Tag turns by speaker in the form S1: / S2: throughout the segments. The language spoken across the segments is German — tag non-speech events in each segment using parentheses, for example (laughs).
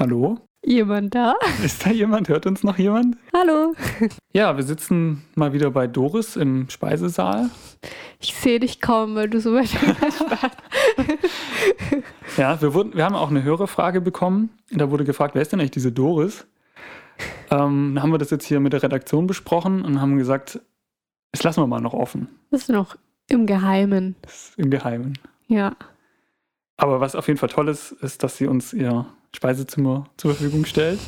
S1: Hallo? (laughs)
S2: Jemand da?
S1: Ist da jemand? Hört uns noch jemand?
S2: Hallo.
S1: Ja, wir sitzen mal wieder bei Doris im Speisesaal.
S2: Ich sehe dich kaum, weil du so weit weg bist.
S1: Ja, wir, wurden, wir haben auch eine Hörerfrage bekommen. Da wurde gefragt, wer ist denn eigentlich diese (laughs) Doris? Ähm, dann haben wir das jetzt hier mit der Redaktion besprochen und haben gesagt, das lassen wir mal noch offen.
S2: Bist du noch im Geheimen?
S1: Das ist im Geheimen.
S2: Ja.
S1: Aber was auf jeden Fall toll ist, ist, dass sie uns ihr Speisezimmer zur Verfügung stellt.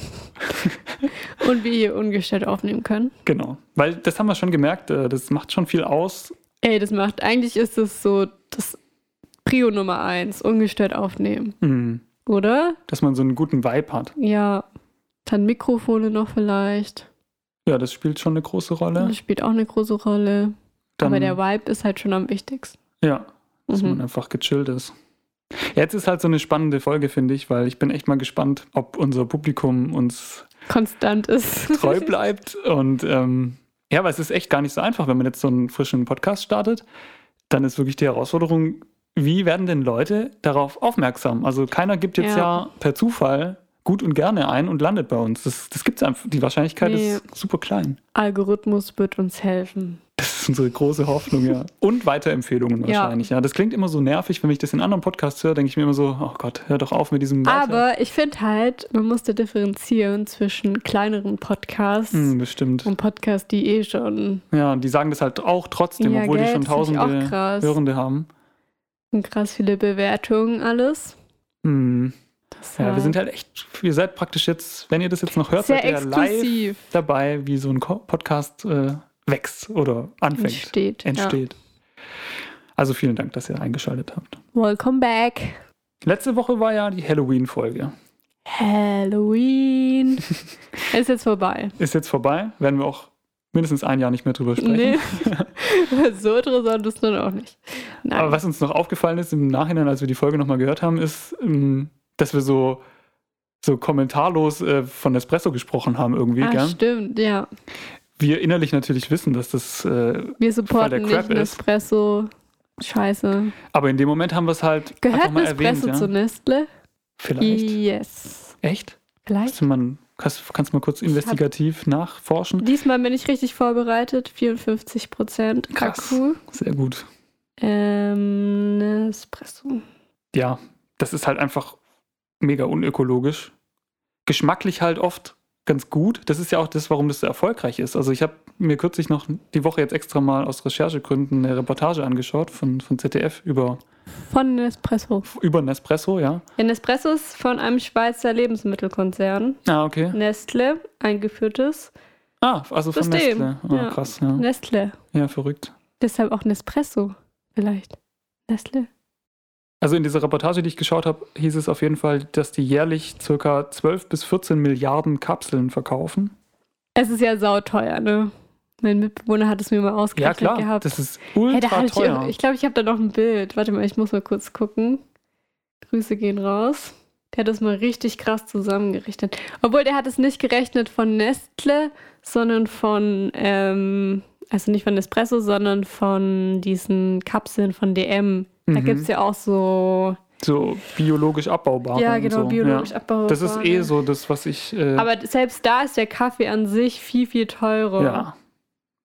S2: Und wir hier ungestellt aufnehmen können.
S1: Genau. Weil das haben wir schon gemerkt, äh, das macht schon viel aus.
S2: Ey, das macht, eigentlich ist das so das Prio Nummer eins, ungestellt aufnehmen,
S1: Mhm.
S2: oder?
S1: dass man so einen guten Vibe hat.
S2: Ja. Dann Mikrofone noch vielleicht.
S1: Ja, das spielt schon eine große Rolle.
S2: Das spielt auch eine große Rolle.
S1: Dann,
S2: Aber der Vibe ist halt schon am wichtigsten.
S1: ja, dass man
S2: Mhm.
S1: einfach gechillt ist. Jetzt ist halt so eine spannende Folge, finde ich, weil ich bin echt mal gespannt, ob unser Publikum
S2: (laughs)
S1: uns
S2: Konstant ist.
S1: treu bleibt. Und ähm, ja, aber es ist echt gar nicht so einfach, wenn man jetzt so einen frischen Podcast startet, dann ist wirklich die Herausforderung, wie werden denn Leute darauf aufmerksam? Also keiner gibt jetzt ja,
S2: Ja.
S1: per Zufall gut und gerne ein und landet bei uns. Das, das gibt's einfach. Die Wahrscheinlichkeit
S2: Nee.
S1: ist super klein.
S2: (laughs) Algorithmus wird uns helfen.
S1: Das ist unsere große Hoffnung, ja. (laughs) Und Weiterempfehlungen
S2: Ja.
S1: wahrscheinlich, ja. Das klingt immer so nervig, wenn ich das in anderen Podcasts höre, denke ich mir immer so, oh Gott, hör doch auf mit diesem Weiter-
S2: Aber ich finde halt, man musste differenzieren zwischen kleineren Podcasts
S1: Hm, bestimmt.
S2: und Podcasts, die eh schon
S1: Ja, die sagen das halt auch trotzdem,
S2: Ja,
S1: obwohl die
S2: gell,
S1: schon
S2: das find ich auch
S1: tausende
S2: krass.
S1: Hörende haben.
S2: krass viele Bewertungen alles.
S1: Hm.
S2: Das
S1: Ja,
S2: war
S1: wir sind halt echt, ihr seid praktisch jetzt, wenn ihr das jetzt noch hört,
S2: sehr
S1: seid ihr live
S2: exklusiv
S1: dabei, wie so ein Ko- Podcast äh, wächst oder anfängt, entsteht.
S2: entsteht.
S1: Also vielen Dank, dass ihr eingeschaltet habt.
S2: Ja. Welcome back.
S1: Letzte Woche war ja die Halloween-Folge. (laughs)
S2: Halloween. Ist jetzt vorbei.
S1: Ist jetzt vorbei, werden wir auch mindestens ein Jahr nicht mehr drüber sprechen.
S2: Nee. (laughs) so interessant ist dann auch nicht. Nein.
S1: Aber was uns noch aufgefallen ist im Nachhinein, als wir die Folge nochmal gehört haben, ist, ähm, dass wir so, so kommentarlos äh, von Espresso gesprochen haben irgendwie.
S2: ah,
S1: gell?
S2: stimmt, ja.
S1: Wir innerlich natürlich wissen, dass das äh,
S2: Wir
S1: der
S2: supporten
S1: Crap
S2: nicht
S1: ist.
S2: Nespresso. Scheiße.
S1: Aber in dem Moment haben wir es halt einfach
S2: Gehört
S1: mal
S2: Nespresso
S1: erwähnt.
S2: zu Nestle?
S1: ja? Vielleicht.
S2: Yes.
S1: Echt?
S2: Vielleicht.
S1: Kannst du, mal, kannst, kannst du mal kurz investigativ nachforschen?
S2: Diesmal bin ich richtig vorbereitet. 54 Prozent.
S1: Krass.
S2: Akku.
S1: Sehr gut.
S2: Ähm, Nespresso.
S1: Ja, das ist halt einfach mega unökologisch. Geschmacklich halt oft ganz gut. Das ist ja auch das, warum das so erfolgreich ist. Also ich habe mir kürzlich noch die Woche jetzt extra mal aus Recherchegründen eine Reportage angeschaut von, von ZDF über,
S2: Von Nespresso.
S1: über Nespresso, ja.
S2: Ja, Nespresso ist von einem Schweizer Lebensmittelkonzern.
S1: Ah, okay.
S2: Nestle, eingeführtes.
S1: Ah, also von
S2: System,
S1: Nestle. Ah,
S2: ja.
S1: Krass, ja.
S2: Nestle.
S1: Ja, verrückt.
S2: Hm. Deshalb auch Nespresso. Vielleicht. Nestle.
S1: Also in dieser Reportage, die ich geschaut habe, hieß es auf jeden Fall, dass die jährlich circa 12 bis 14 Milliarden Kapseln verkaufen.
S2: Es ist ja sauteuer, ne? Mein Mitbewohner hat es mir mal
S1: Ja,
S2: ausgerechnet
S1: klar.
S2: gehabt.
S1: Hm, Das ist
S2: Hey,
S1: ultra
S2: da hatte ich
S1: teuer.
S2: irre- ich glaube, ich habe da noch ein Bild. Warte mal, ich muss mal kurz gucken. Grüße gehen raus. Der hat das mal richtig krass zusammengerechnet. Obwohl, der hat es nicht gerechnet von Nestle, sondern von, ähm, also nicht von Nespresso, sondern von diesen Kapseln von DM. Da
S1: Mhm.
S2: gibt es ja auch so,
S1: so biologisch abbaubar.
S2: ja genau,
S1: so.
S2: biologisch
S1: ja.
S2: abbaubar.
S1: Das ist eh so das, was ich. Äh,
S2: Aber selbst da ist der Kaffee an sich viel, viel teurer.
S1: ja,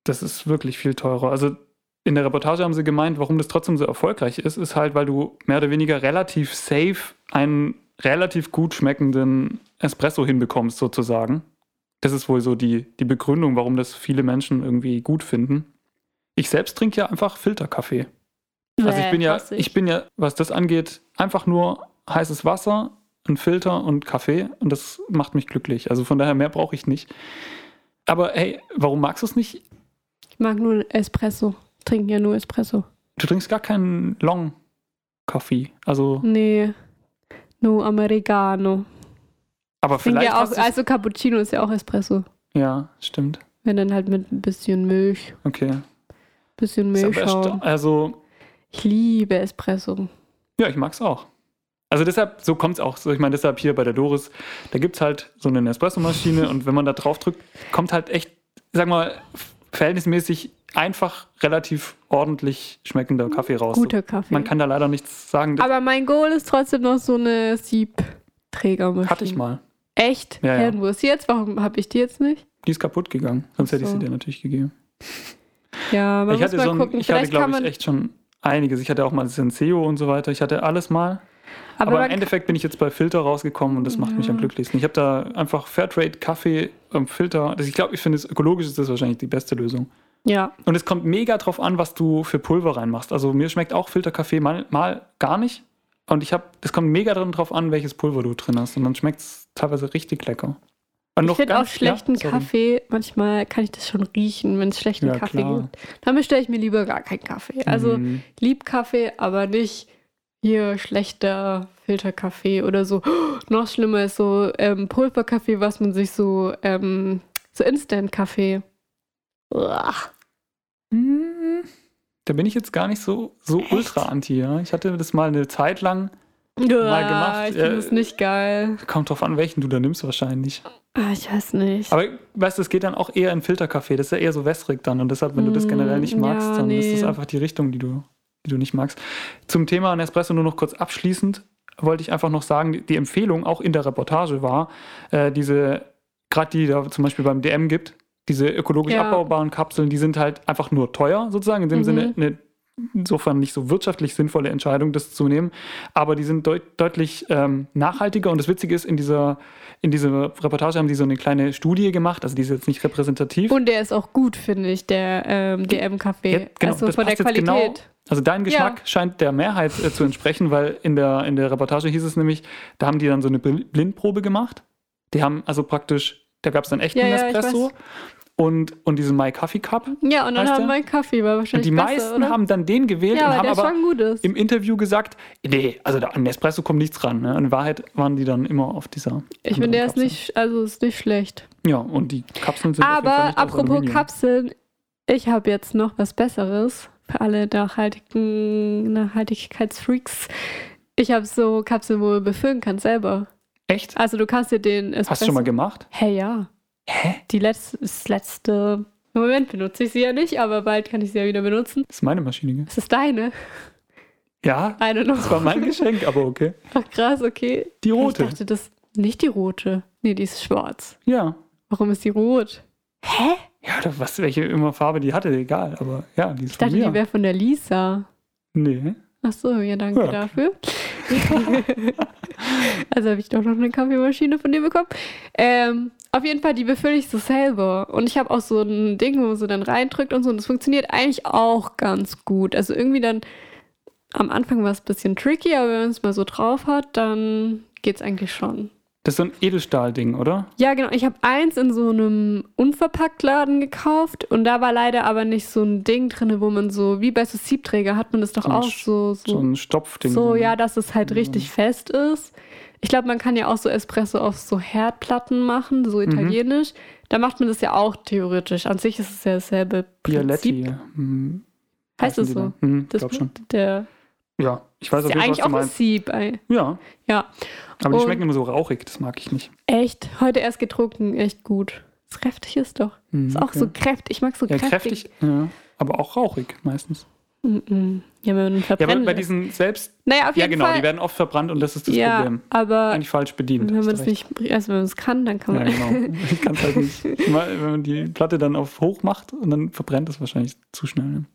S1: das ist wirklich viel teurer. Also in der Reportage haben sie gemeint, warum das trotzdem so erfolgreich ist, ist halt, weil du mehr oder weniger relativ safe einen relativ gut schmeckenden Espresso hinbekommst, sozusagen. Das ist wohl so die, die Begründung, warum das viele Menschen irgendwie gut finden. Ich selbst trinke ja einfach Filterkaffee. Also ich
S2: Bäh,
S1: bin ja,
S2: hasse
S1: ich bin ja, was das angeht, einfach nur heißes Wasser, ein Filter und Kaffee und das macht mich glücklich. Also von daher mehr brauche ich nicht. Aber hey, warum magst du es nicht?
S2: ich mag nur Espresso. Trinken ja nur Espresso.
S1: Du trinkst gar keinen Long Coffee. Also,
S2: Nee, nur Americano.
S1: aber
S2: Trinkt
S1: vielleicht
S2: ja auch,
S1: hast du's-
S2: also Cappuccino ist ja auch Espresso.
S1: ja, stimmt.
S2: Wenn dann halt mit ein bisschen Milch,
S1: Okay.
S2: bisschen
S1: Ist aber
S2: Milchschaum.
S1: ersta- also,
S2: Ich liebe Espresso.
S1: ja, ich mag es auch. Also deshalb, so kommt es auch. So, ich meine, deshalb hier bei der Doris, da gibt es halt so eine Nespresso-Maschine und wenn man da drauf drückt, kommt halt echt, sag mal, verhältnismäßig einfach relativ ordentlich schmeckender Kaffee raus.
S2: Guter Kaffee.
S1: Man kann da leider nichts sagen. Das
S2: Aber mein Goal ist trotzdem noch so eine Siebträgermaschine.
S1: hatte ich mal.
S2: Echt?
S1: Ja, ja.
S2: Herrenwurst jetzt? Warum habe ich die jetzt nicht?
S1: Die ist kaputt gegangen, sonst hätte ich sie
S2: So.
S1: dir natürlich gegeben.
S2: Ja, man
S1: ich
S2: muss
S1: hatte,
S2: mal
S1: so ein,
S2: gucken.
S1: ich hatte
S2: Vielleicht kann
S1: glaube
S2: man.
S1: ich, echt schon einiges. Ich hatte auch mal Senseo und so weiter. Ich hatte alles mal.
S2: aber
S1: Aber,
S2: man
S1: im Endeffekt bin ich jetzt bei Filter rausgekommen und das macht mich
S2: Ja.
S1: am glücklichsten. Ich habe da einfach Fairtrade, Kaffee, ähm, Filter. Das, ich glaube, ich finde, es ökologisch ist das wahrscheinlich die beste Lösung.
S2: kann- ja,
S1: Und es kommt mega drauf an, was du für Pulver reinmachst. Also mir schmeckt auch Filterkaffee mal, mal gar nicht. Und ich habe, es kommt mega drin drauf an, welches Pulver du drin hast. Und dann schmeckt es teilweise richtig lecker. Und
S2: ich
S1: noch
S2: finde auch
S1: ganz- ja,
S2: schlechten
S1: sorry.
S2: Kaffee, manchmal kann ich das schon riechen, wenn es schlechten
S1: Ja,
S2: Kaffee
S1: klar.
S2: gibt. Dann bestelle ich mir lieber gar keinen Kaffee. Also
S1: Mhm.
S2: lieb Kaffee, aber nicht hier schlechter Filterkaffee oder so. (gasps) noch schlimmer ist so ähm, Pulverkaffee, was man sich so, ähm, so Instant-Kaffee. Uah.
S1: Mhm. Da bin ich jetzt gar nicht so, so
S2: Echt?
S1: ultra anti, ja. Ich hatte das mal eine Zeit lang.
S2: Uah,
S1: gemacht,
S2: Ich finde
S1: äh,
S2: das nicht geil.
S1: Kommt drauf an, welchen du da nimmst wahrscheinlich.
S2: Ah, ich weiß nicht.
S1: Aber weißt du, es geht dann auch eher in Filterkaffee. Das ist ja eher so wässrig dann. Und deshalb, wenn du das
S2: Mm,
S1: generell nicht magst,
S2: ja,
S1: dann ist das
S2: nee.
S1: einfach die Richtung, die du, die du nicht magst. Zum Thema Nespresso nur noch kurz abschließend wollte ich einfach noch sagen, die- die Empfehlung auch in der Reportage war, äh, diese, gerade die da zum Beispiel beim DM gibt, diese ökologisch
S2: Ja.
S1: abbaubaren Kapseln, die sind halt einfach nur teuer sozusagen. In dem
S2: Mhm.
S1: Sinne ne, eine insofern nicht so wirtschaftlich sinnvolle Entscheidung, das zu nehmen. Aber die sind deut deutlich ähm, nachhaltiger. Und das Witzige ist, in dieser, in dieser Reportage haben die so eine kleine Studie gemacht. Also die ist jetzt nicht repräsentativ.
S2: Und der ist auch gut, finde ich, der ähm, DM-Kaffee.
S1: Ja, genau,
S2: also
S1: das
S2: von der
S1: passt jetzt
S2: Qualität.
S1: genau. also dein Geschmack
S2: Ja.
S1: scheint der Mehrheit äh, zu entsprechen, weil in der, in der Reportage hieß es nämlich, da haben die dann so eine Bl- Blindprobe gemacht. Die haben also praktisch, da gab es dann echten
S2: Ja, ja, ich
S1: Nespresso
S2: weiß.
S1: und, und diesen My Coffee Cup.
S2: Ja, und dann
S1: genau. Weißt
S2: haben
S1: du?
S2: mein Kaffee war
S1: Und
S2: wahrscheinlich
S1: die
S2: besser,
S1: meisten
S2: oder?
S1: haben dann den gewählt
S2: ja,
S1: und
S2: weil
S1: haben
S2: der
S1: aber
S2: schon gut ist.
S1: im Interview gesagt, nee, also da, an Nespresso kommt nichts ran. Ne? In Wahrheit waren die dann immer auf dieser. anderen
S2: Ich finde, der ist
S1: Kapsel.
S2: nicht, also ist nicht schlecht.
S1: Ja, und die Kapseln sind. auf jeden Fall
S2: Aber
S1: nicht aus
S2: apropos
S1: Aluminium.
S2: Kapseln, ich habe jetzt noch was Besseres für alle nachhaltigen Nachhaltigkeitsfreaks. Ich habe so Kapseln, wo du befüllen kannst selber.
S1: Echt?
S2: Also du kannst dir den Espresso.
S1: Hast du schon mal gemacht?
S2: Hey, ja.
S1: Hä?
S2: Die letzte, das letzte. Im Moment benutze ich sie ja nicht, aber bald kann ich sie ja wieder benutzen.
S1: Das ist meine Maschine. gell?
S2: Es ist deine.
S1: Ja,
S2: Eine noch.
S1: das war
S2: (laughs)
S1: mein Geschenk, aber okay.
S2: Ach krass, okay.
S1: Die rote.
S2: Ich dachte, das nicht die rote. Nee, die ist schwarz.
S1: Ja.
S2: Warum ist die rot? Hä?
S1: Ja, doch, was, welche immer Farbe die hatte, egal. Aber ja, die ist
S2: Ich
S1: von
S2: dachte,
S1: mir.
S2: die wäre von der Lisa.
S1: nee.
S2: Ach so, ja, danke
S1: Ja.
S2: dafür. (laughs) also habe ich doch noch eine Kaffeemaschine von dir bekommen. Ähm, auf jeden Fall, die befülle ich so selber. Und ich habe auch so ein Ding, wo man so dann reindrückt und so. Und das funktioniert eigentlich auch ganz gut. Also irgendwie dann, am Anfang war es ein bisschen tricky, aber wenn man es mal so drauf hat, dann geht's eigentlich schon.
S1: Das ist so ein Edelstahlding, oder?
S2: Ja, genau. Ich habe eins in so einem Unverpacktladen gekauft und da war leider aber nicht so ein Ding drin, wo man so, wie bei so Siebträger hat man das doch
S1: So ein
S2: auch
S1: Sch-
S2: so,
S1: So ein Stopfding.
S2: so,
S1: ein-
S2: ja, dass es halt
S1: Ja.
S2: richtig fest ist. Ich glaube, man kann ja auch so Espresso auf so Herdplatten machen,
S1: Mhm.
S2: so italienisch. Da macht man das ja auch theoretisch. An sich ist es ja dasselbe
S1: Bialetti.
S2: Prinzip.
S1: Hm,
S2: Heißt
S1: heißen
S2: es
S1: die
S2: so?
S1: dann. Hm, ich
S2: Das
S1: glaube schon.
S2: Der,
S1: Ja, ich weiß
S2: ist
S1: auf jeden Fall,
S2: ja
S1: was
S2: eigentlich
S1: du
S2: auch ein
S1: meinst.
S2: Sieb. ey.
S1: Ja,
S2: Ja,
S1: aber die
S2: Und-
S1: schmecken immer so rauchig, das mag ich nicht.
S2: echt. Heute erst getrunken, echt gut. Das kräftig ist doch.
S1: Hm,
S2: Ist auch
S1: okay.
S2: so kräftig. Ich mag so
S1: Ja,
S2: kräftig.
S1: kräftig, ja, aber auch rauchig meistens.
S2: Mhm. Ja, wenn man
S1: Ja, aber
S2: verbrennt. ne?
S1: bei diesen selbst,
S2: naja, auf
S1: ja
S2: jeden
S1: genau,
S2: Fall.
S1: die werden oft verbrannt und das ist das
S2: ja,
S1: Problem.
S2: aber
S1: Eigentlich falsch bedient.
S2: wenn
S1: hast
S2: man
S1: du
S2: es
S1: recht.
S2: nicht, also wenn man es kann, dann kann
S1: Ja,
S2: man. (laughs)
S1: genau. Ich kann halt nicht. Mal, wenn man die Platte dann auf hoch macht und dann verbrennt es wahrscheinlich zu schnell. ne?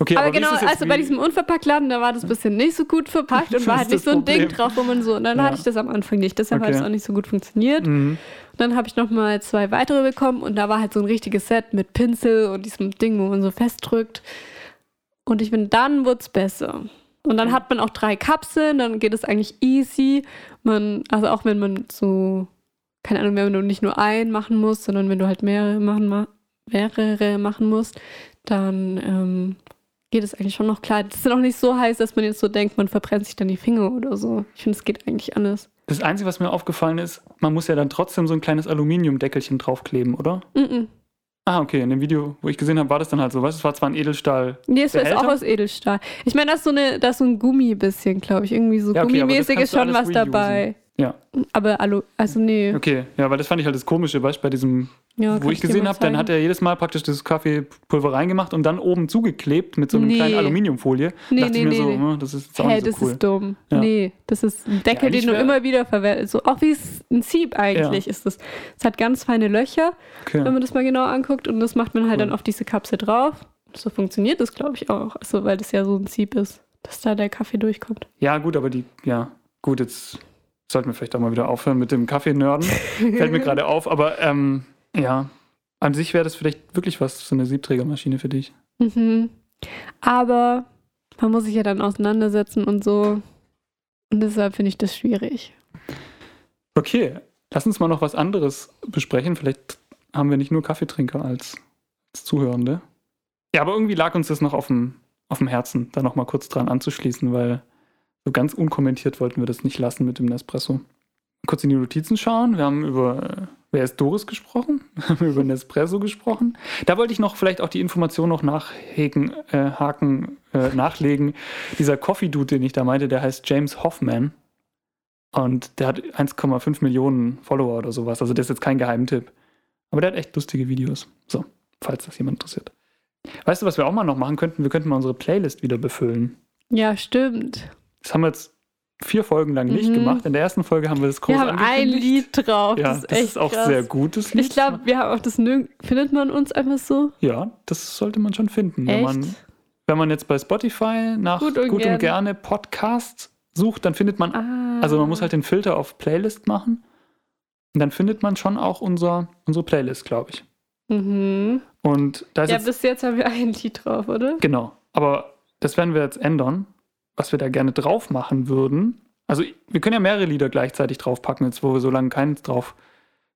S1: Okay, aber,
S2: Aber,
S1: wie
S2: genau,
S1: ist es jetzt,
S2: also bei
S1: wie-
S2: diesem Unverpacktladen, da war das bisschen nicht so
S1: (laughs)
S2: gut verpackt
S1: Das
S2: und war
S1: ist
S2: halt nicht
S1: das
S2: so ein Ding
S1: Problem.
S2: drauf, wo man so. Und dann
S1: Ja.
S2: hatte ich das am Anfang nicht, deshalb
S1: Okay.
S2: hat es auch nicht so gut funktioniert.
S1: Mhm.
S2: Und dann habe ich nochmal zwei weitere bekommen und da war halt so ein richtiges Set mit Pinsel und diesem Ding, wo man so festdrückt. Und ich bin, dann wurde es besser. Und dann hat man auch drei Kapseln, dann geht es eigentlich easy. Man, also auch wenn man so, keine Ahnung, wenn du nicht nur einen machen musst, sondern wenn du halt mehrere machen, ma mehrere machen musst, dann ähm, geht es eigentlich schon noch klar. Das ist dann auch nicht so heiß, dass man jetzt so denkt, man verbrennt sich dann die Finger oder so. Ich finde, es geht eigentlich alles.
S1: Das Einzige, was mir aufgefallen ist, man muss ja dann trotzdem so ein kleines Aluminiumdeckelchen draufkleben, oder?
S2: Mm -mm.
S1: Ah, okay, in dem Video, wo ich gesehen habe, war das dann halt so. Weißt du, es war zwar ein Edelstahl.
S2: Nee, es ist
S1: Behälter?
S2: auch aus Edelstahl. Ich meine, da ist so eine, da ist so ein Gummi bisschen, glaube ich. Irgendwie so
S1: Ja, okay, aber das
S2: gummimäßig
S1: kannst
S2: ist
S1: du
S2: schon
S1: alles
S2: was dabei.
S1: reusen. Ja,
S2: Aber Alu, also nee.
S1: okay. Ja, weil das fand ich halt das Komische, weißt du, bei diesem
S2: Ja,
S1: wo
S2: kann
S1: ich
S2: dir
S1: gesehen
S2: mal
S1: habe, dann
S2: zeigen.
S1: hat er jedes Mal praktisch das Kaffeepulver reingemacht und dann oben zugeklebt mit so einer
S2: Nee.
S1: kleinen Aluminiumfolie.
S2: Nee,
S1: dachte
S2: nee,
S1: ich mir
S2: nee,
S1: so,
S2: nee.
S1: hm, das ist jetzt auch
S2: Hey,
S1: nicht so
S2: das
S1: cool.
S2: ist dumm.
S1: Ja.
S2: Nee, das ist ein Deckel,
S1: eigentlich
S2: den du
S1: wär-
S2: immer wieder verwendest. So, auch wie es ein Sieb eigentlich ist es. Es hat ganz feine Löcher, wenn
S1: okay.
S2: man das mal genau anguckt. Und das macht man halt
S1: Cool.
S2: dann auf diese Kapsel drauf. So funktioniert das, glaube ich, auch. Also, weil das ja so ein Sieb ist, dass da der Kaffee durchkommt.
S1: Ja, gut, aber die, ja, gut, jetzt sollten wir vielleicht auch mal wieder aufhören mit dem
S2: (laughs)
S1: Kaffee-Nörden. Fällt mir gerade auf, aber ähm, ja, an sich wäre das vielleicht wirklich was, so eine Siebträgermaschine für dich.
S2: Mhm. Aber man muss sich ja dann auseinandersetzen und so. Und deshalb finde ich das schwierig.
S1: Okay, lass uns mal noch was anderes besprechen. Vielleicht haben wir nicht nur Kaffeetrinker als, als Zuhörende. Ja, aber irgendwie lag uns das noch auf dem, auf dem Herzen, da nochmal kurz dran anzuschließen, weil so ganz unkommentiert wollten wir das nicht lassen mit dem Nespresso. Kurz in die Notizen schauen. Wir haben über, äh, wer ist Doris gesprochen? (laughs) Wir haben über Nespresso gesprochen. Da wollte ich noch vielleicht auch die Information noch nachhaken, äh, haken, äh, nachlegen. Dieser Coffee-Dude, den ich da meinte, der heißt James Hoffman. Und der hat 1,5 Millionen Follower oder sowas. Also, das ist jetzt kein Geheimtipp. Aber der hat echt lustige Videos. So, falls das jemand interessiert. Weißt du, was wir auch mal noch machen könnten? Wir könnten mal unsere Playlist wieder befüllen.
S2: Ja, stimmt.
S1: Das haben wir jetzt vier Folgen lang nicht
S2: Mhm.
S1: gemacht. In der ersten Folge haben wir das groß
S2: wir haben ein
S1: angekündigt.
S2: Lied drauf.
S1: Ja,
S2: das ist echt
S1: auch
S2: krass.
S1: sehr gutes Lied.
S2: Ich glaube, wir haben auch das nirg Findet man uns einfach so?
S1: Ja, das sollte man schon finden. Wenn
S2: Echt?
S1: man, wenn man jetzt bei Spotify nach Gut
S2: Gut
S1: und,
S2: und
S1: gerne.
S2: Gerne.
S1: Podcast sucht, dann findet man
S2: ah.
S1: Also man muss halt den Filter auf Playlist machen. Und dann findet man schon auch unser, unsere Playlist, glaube ich.
S2: Mhm.
S1: Und da ist
S2: Ja,
S1: jetzt,
S2: bis jetzt haben wir ein Lied drauf, oder?
S1: genau. Aber das werden wir jetzt ändern, was wir da gerne drauf machen würden. Also wir können ja mehrere Lieder gleichzeitig draufpacken, jetzt wo wir so lange keins drauf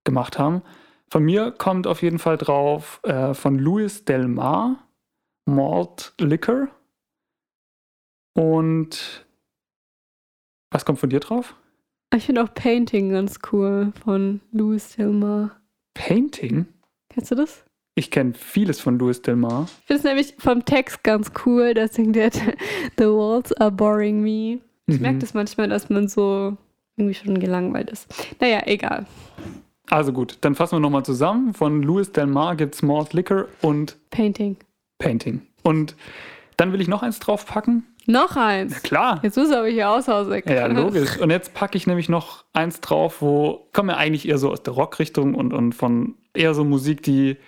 S1: gemacht haben. Von mir kommt auf jeden Fall drauf äh, von Luis Del Mar, Malt Liquor. Und was kommt von dir drauf?
S2: Ich finde auch Painting ganz cool von Louis Hilmer.
S1: Painting?
S2: Kennst du das?
S1: Ich kenne vieles von Louis Del Mar.
S2: Ich finde es nämlich vom Text ganz cool, da singt er (laughs) The walls are boring me. Ich
S1: Mhm.
S2: merke das manchmal, dass man so irgendwie schon gelangweilt ist. Naja, egal.
S1: Also gut, dann fassen wir nochmal zusammen. Von Louis Del Mar gibt's Malt Liquor und
S2: Painting.
S1: Painting. Und dann will ich noch eins draufpacken.
S2: Noch
S1: Na
S2: eins.
S1: klar.
S2: Jetzt muss aber hier aushausen.
S1: Ja, logisch. (laughs) Und jetzt packe ich nämlich noch eins drauf, wo kommen ja eigentlich eher so aus der Rockrichtung und, und von eher so Musik, die,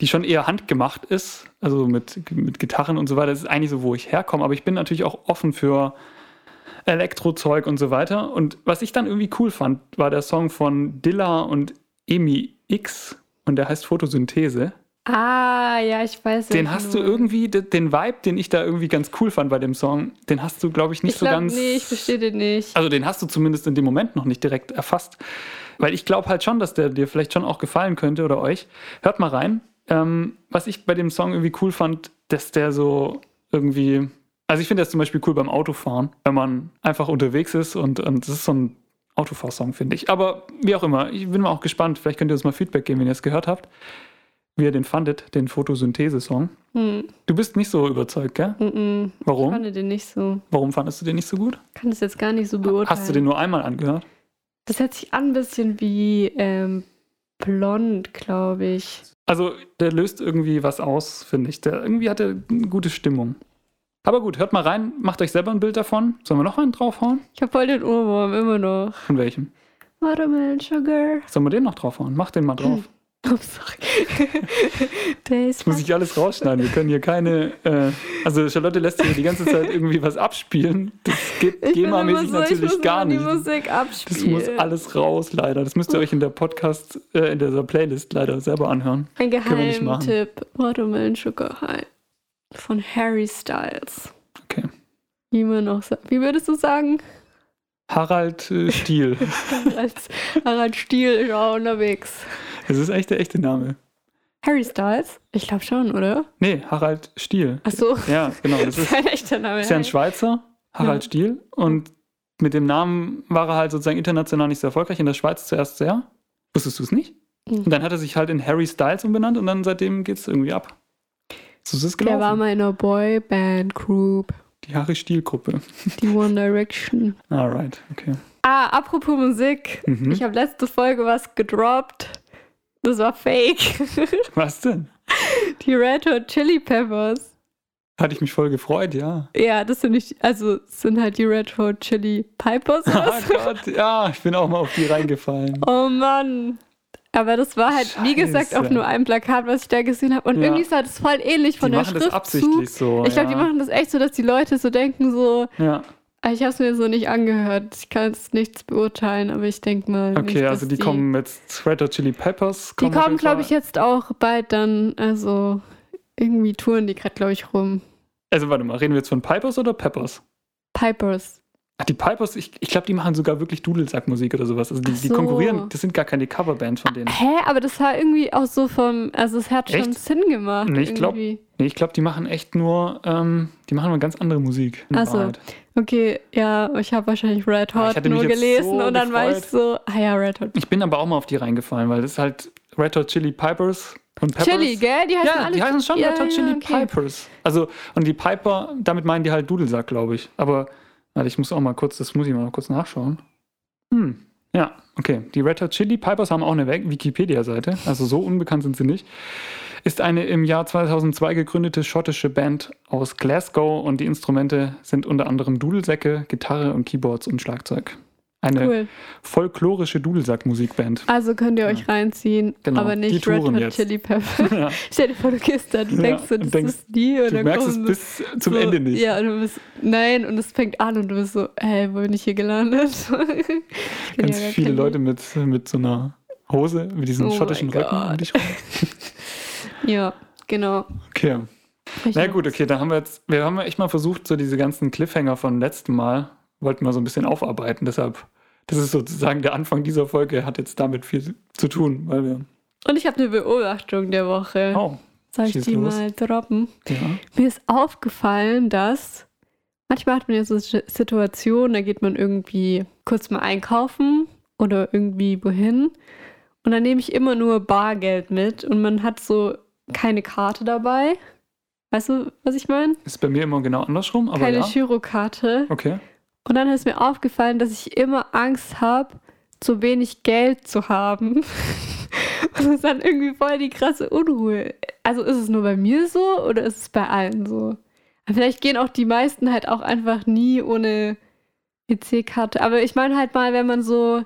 S1: die schon eher handgemacht ist, also mit, mit Gitarren und so weiter. Das ist eigentlich so, wo ich herkomme. Aber ich bin natürlich auch offen für Elektrozeug und so weiter. Und was ich dann irgendwie cool fand, war der Song von Dilla und Emi X und der heißt Photosynthese.
S2: Ah, ja, genau. ich weiß.
S1: Den
S2: welchen
S1: hast du
S2: meinst.
S1: irgendwie, de- den Vibe, den ich da irgendwie ganz cool fand bei dem Song, den hast du, glaube ich, nicht
S2: ich
S1: so
S2: glaub,
S1: ganz.
S2: Nee, ich verstehe den nicht.
S1: Also den hast du zumindest in dem Moment noch nicht direkt erfasst. Weil ich glaube halt schon, dass der dir vielleicht schon auch gefallen könnte oder euch. Hört mal rein. Ähm, was ich bei dem Song irgendwie cool fand, dass der so irgendwie. Also ich finde das zum Beispiel cool beim Autofahren, wenn man einfach unterwegs ist und, und das ist so ein Autofahrsong, finde ich. Aber wie auch immer, ich bin mal auch gespannt. Vielleicht könnt ihr uns mal Feedback geben, wenn ihr es gehört habt, wie ihr den fandet, den Photosynthese-Song.
S2: Hm,
S1: Du bist nicht so überzeugt, gell?
S2: mm, mm. Ich
S1: Warum?
S2: fand den nicht so.
S1: Warum fandest du den nicht so gut?
S2: Kann das jetzt gar nicht so beurteilen.
S1: Hast du den nur einmal angehört?
S2: Das hört sich an ein bisschen wie ähm, blond, glaube ich.
S1: Also, der löst irgendwie was aus, finde ich. Der, irgendwie hat er eine gute Stimmung. Aber gut, hört mal rein, macht euch selber ein Bild davon. Sollen wir noch einen draufhauen?
S2: Ich habe voll den Ohrwurm, immer noch.
S1: Von welchem?
S2: Watermelon Sugar. (laughs)
S1: Sollen wir den noch draufhauen? Mach den mal drauf.
S2: Oh, (laughs) sorry. Days
S1: Muss ich alles rausschneiden. Wir können hier keine. Äh, also, Charlotte lässt hier die ganze Zeit irgendwie was abspielen. Das geht
S2: Ich bin immer
S1: GEMA-mäßig
S2: so, ich
S1: natürlich
S2: muss
S1: gar
S2: immer
S1: nicht.
S2: Die Musik
S1: Das
S2: abspielen.
S1: muss alles raus, leider. Das müsst ihr euch in der Podcast, äh, in dieser Playlist leider selber anhören.
S2: Ein
S1: wir nicht machen.
S2: Geheimtipp: Watermelon Sugar High von Harry Styles.
S1: Okay.
S2: Wie man auch sagt. Wie würdest du sagen? (laughs)
S1: Harald äh, Stiel.
S2: Als Harald Stiel ist auch unterwegs.
S1: Das ist echt der echte Name.
S2: Harry Styles? Ich glaube schon, oder?
S1: Nee, Harald Stiel. (laughs)
S2: Achso,
S1: Ja, genau. Das
S2: das
S1: ist
S2: ist ein echter Name.
S1: ist ja ein
S2: Harry.
S1: Schweizer, Harald
S2: Ja.
S1: Stiel. Und mit dem Namen war er halt sozusagen international nicht so erfolgreich. In der Schweiz zuerst sehr. Wusstest du es nicht?
S2: Mhm.
S1: Und dann hat er sich halt in Harry Styles umbenannt und dann seitdem geht es irgendwie ab. So ist es
S2: Der war
S1: gelaufen.
S2: mal in einer Boyband Group,
S1: Die Harry Stiel-Gruppe. (laughs)
S2: die One Direction.
S1: Alright, okay.
S2: Ah, apropos Musik.
S1: Mhm.
S2: Ich habe letzte Folge was gedroppt. Das war fake. (laughs)
S1: Was denn?
S2: Die Red Hot Chili Peppers.
S1: Hatte ich mich voll gefreut, ja.
S2: Ja, das sind nicht, also es sind halt die Red Hot Chili Pipers.
S1: Ah
S2: oder so.
S1: Gott, ja, ich bin auch mal auf die reingefallen. (laughs)
S2: oh Mann. Aber das war halt, wie gesagt, auf
S1: Scheiße.
S2: nur einem Plakat, was ich da gesehen habe. Und
S1: Ja.
S2: irgendwie sah das voll ähnlich von
S1: die
S2: der
S1: machen
S2: Schriftzug.
S1: das absichtlich so.
S2: Ich glaube,
S1: ja.
S2: die machen das echt so, dass die Leute so denken, so,
S1: Ja,
S2: "Ah, ich habe es mir so nicht angehört. Ich kann es nichts beurteilen, aber ich denke mal.
S1: okay,
S2: nicht,
S1: also
S2: dass
S1: die, kommen mit Red Hot Chili Peppers.
S2: Die
S1: auf
S2: kommen,
S1: jeden
S2: glaube ich,
S1: Fall.
S2: jetzt auch bald dann, also irgendwie touren die gerade, glaube ich, rum.
S1: Also warte mal, reden wir jetzt von Pipers oder Peppers?
S2: Pipers.
S1: Ach, die Pipers, ich, ich glaube, die machen sogar wirklich Dudelsackmusik oder sowas. Also die,
S2: Ach
S1: die
S2: so.
S1: konkurrieren, das sind gar keine Coverbands von denen.
S2: Hä? Aber das war irgendwie auch so vom, also es hat schon
S1: Genau. Echt?
S2: Sinn gemacht.
S1: Nee, ich glaub-
S2: irgendwie.
S1: Nee, ich glaube, die machen echt nur, ähm, die machen nur ganz andere Musik. in
S2: Ach so.
S1: Wahrheit.
S2: Okay, ja, ich habe wahrscheinlich Red
S1: Ah, ich
S2: Hot
S1: hatte mich
S2: nur
S1: jetzt
S2: gelesen
S1: so
S2: und dann war ich so, ah ja, Red Hot.
S1: Ich bin aber auch mal auf die reingefallen, weil das ist halt Red Hot Chili Pipers und Peppers.
S2: Chili, gell? Die heißen
S1: Ja,
S2: alle
S1: die heißen schon
S2: ja,
S1: Red Hot
S2: ja,
S1: Chili
S2: okay.
S1: Pipers. Also, und die Piper, damit meinen die halt Dudelsack, glaube ich. Aber, warte, ich muss auch mal kurz, das muss ich mal kurz nachschauen. Hm, ja, okay. Die Red Hot Chili Pipers haben auch eine Wik- Wikipedia-Seite, also so unbekannt sind sie nicht. Ist eine im Jahr 2002 gegründete schottische Band aus Glasgow und die Instrumente sind unter anderem Dudelsäcke, Gitarre und Keyboards und Schlagzeug. Eine
S2: Cool.
S1: folklorische Dudelsack-Musikband. (laughs)
S2: Also könnt ihr euch reinziehen,
S1: Genau,
S2: aber
S1: die
S2: nicht Red
S1: touren
S2: Hot
S1: jetzt.
S2: Chili
S1: (laughs)
S2: Pepper.
S1: Ja.
S2: Stell dir vor, du gehst da, du
S1: Ja,
S2: denkst so,
S1: und
S2: das
S1: denkst,
S2: ist die und
S1: Du
S2: dann
S1: merkst es
S2: kommen
S1: bis zum
S2: so,
S1: Ende nicht.
S2: Ja, und du bist, nein, und es fängt an und du bist so, hey, wo bin ich hier gelandet? (laughs) Ich kenn
S1: Ganz
S2: ja gar
S1: viele
S2: keinen.
S1: Leute mit, mit so einer Hose, mit diesem
S2: Oh
S1: schottischen
S2: mein
S1: Rücken um
S2: Gott.
S1: dich rum.
S2: Ja, genau.
S1: Okay.
S2: Ich
S1: Na
S2: mach-
S1: gut, okay, dann haben wir jetzt, wir haben ja echt mal versucht, so diese ganzen Cliffhanger von letzten Mal, wollten wir so ein bisschen aufarbeiten, deshalb, das ist sozusagen der Anfang dieser Folge, hat jetzt damit viel zu tun, weil wir,
S2: Und ich habe eine Beobachtung der Woche.
S1: oh,
S2: Soll ich
S1: schieß
S2: die
S1: los.
S2: mal droppen?
S1: ja,
S2: Mir ist aufgefallen, dass manchmal hat man ja so Sch- Situationen, da geht man irgendwie kurz mal einkaufen oder irgendwie wohin. Und dann nehme ich immer nur Bargeld mit und man hat so keine Karte dabei. Weißt du, was ich meine?
S1: ist bei mir immer genau andersrum, aber
S2: Keine
S1: ja,
S2: Girokarte.
S1: okay,
S2: Und dann ist mir aufgefallen, dass ich immer Angst habe, zu wenig Geld zu haben. (laughs) Und das ist dann irgendwie voll die krasse Unruhe. Also ist es nur bei mir so oder ist es bei allen so? Aber vielleicht gehen auch die meisten halt auch einfach nie ohne EC-Karte. Aber ich meine halt mal, wenn man so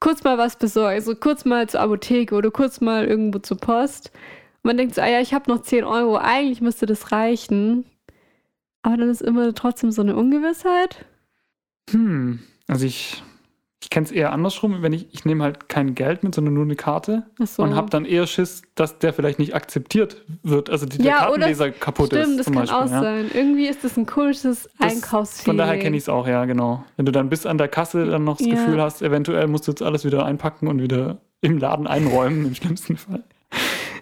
S2: kurz mal was besorgt, so kurz mal zur Apotheke oder kurz mal irgendwo zur Post. Und man denkt so, ah ja, ich habe noch 10 Euro, eigentlich müsste das reichen. Aber dann ist immer trotzdem so eine Ungewissheit.
S1: hm, also ich, ich kenne es eher andersrum, wenn ich, ich nehme halt kein Geld mit, sondern nur eine Karte
S2: Ach so.
S1: und habe dann eher Schiss, dass der vielleicht nicht akzeptiert wird, also die, der
S2: Ja, oder-
S1: Kartenleser kaputt ist,
S2: Stimmt, das
S1: zum
S2: kann
S1: Beispiel,
S2: auch
S1: ja.
S2: sein. Irgendwie ist das ein komisches
S1: Das-
S2: Einkaufsfeeling.
S1: Von daher kenne ich es auch, ja, genau. Wenn du dann bis an der Kasse dann noch das
S2: Ja.
S1: Gefühl hast, eventuell musst du jetzt alles wieder einpacken und wieder im Laden einräumen, im schlimmsten Fall.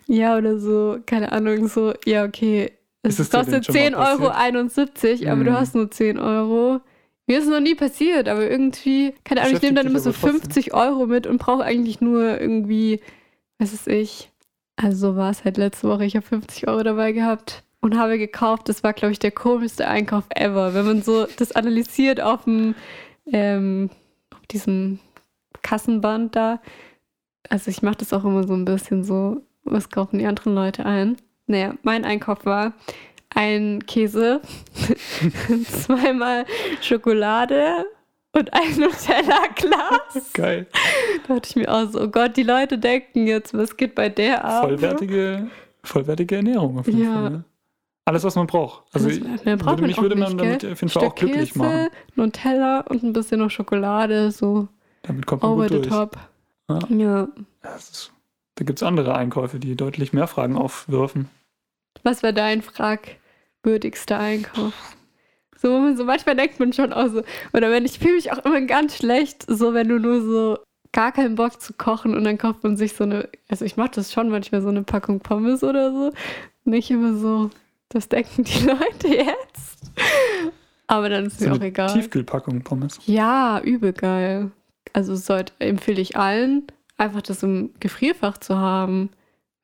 S2: Ja, oder so, keine Ahnung, so, ja, okay.
S1: Ist
S2: Es
S1: es dir denn
S2: kostet
S1: schon mal
S2: 10,71 Euro, aber
S1: Mhm.
S2: du hast nur 10 Euro. Mir ist noch nie passiert, aber irgendwie, keine Ahnung, ich nehme dann immer so
S1: Beschäftigt dich aber
S2: 50 Euro mit und brauche eigentlich nur irgendwie, was ist ich. Also so war es halt letzte Woche. Ich habe 50 Euro dabei gehabt und habe gekauft. Das war, glaube ich, der komischste Einkauf ever. Wenn man so das analysiert auf dem, ähm, auf diesem Kassenband da. Also ich mache das auch immer so ein bisschen so, was kaufen die anderen Leute ein? Naja, mein Einkauf war ein Käse, (laughs) zweimal Schokolade und ein
S1: Oh
S2: Nutella-Glas.
S1: Geil.
S2: Da dachte ich mir auch so, oh Gott, die Leute denken jetzt, was geht bei der ab?
S1: Vollwertige, vollwertige Ernährung auf jeden
S2: Ja.
S1: Fall. Ne? Alles, was man braucht. Also ich,
S2: Das- mehr braucht
S1: würde,
S2: man
S1: mich
S2: auch
S1: würde man
S2: nicht,
S1: damit
S2: gell?
S1: auf jeden Fall auch
S2: Stück
S1: glücklich
S2: Käse,
S1: machen.
S2: Nutella und ein bisschen noch Schokolade, so
S1: Damit kommt man
S2: over
S1: gut
S2: Oh, the
S1: durch.
S2: top.
S1: Ja.
S2: Ja.
S1: Das ist, da gibt es andere Einkäufe, die deutlich mehr Fragen aufwirfen.
S2: Was war dein fragwürdigster Einkauf? So, wo man so manchmal denkt man schon auch so, oder wenn ich fühle mich auch immer ganz schlecht, so wenn du nur so gar keinen Bock zu kochen und dann kauft man sich so eine, also ich mache das schon manchmal so eine Packung Pommes oder so. Nicht immer so, das denken die (laughs) Leute jetzt. Aber dann ist
S1: So
S2: mir auch
S1: eine
S2: egal.
S1: Tiefkühlpackung Pommes.
S2: Ja, übel geil. Also sollte, empfehle ich allen, einfach das im Gefrierfach zu haben,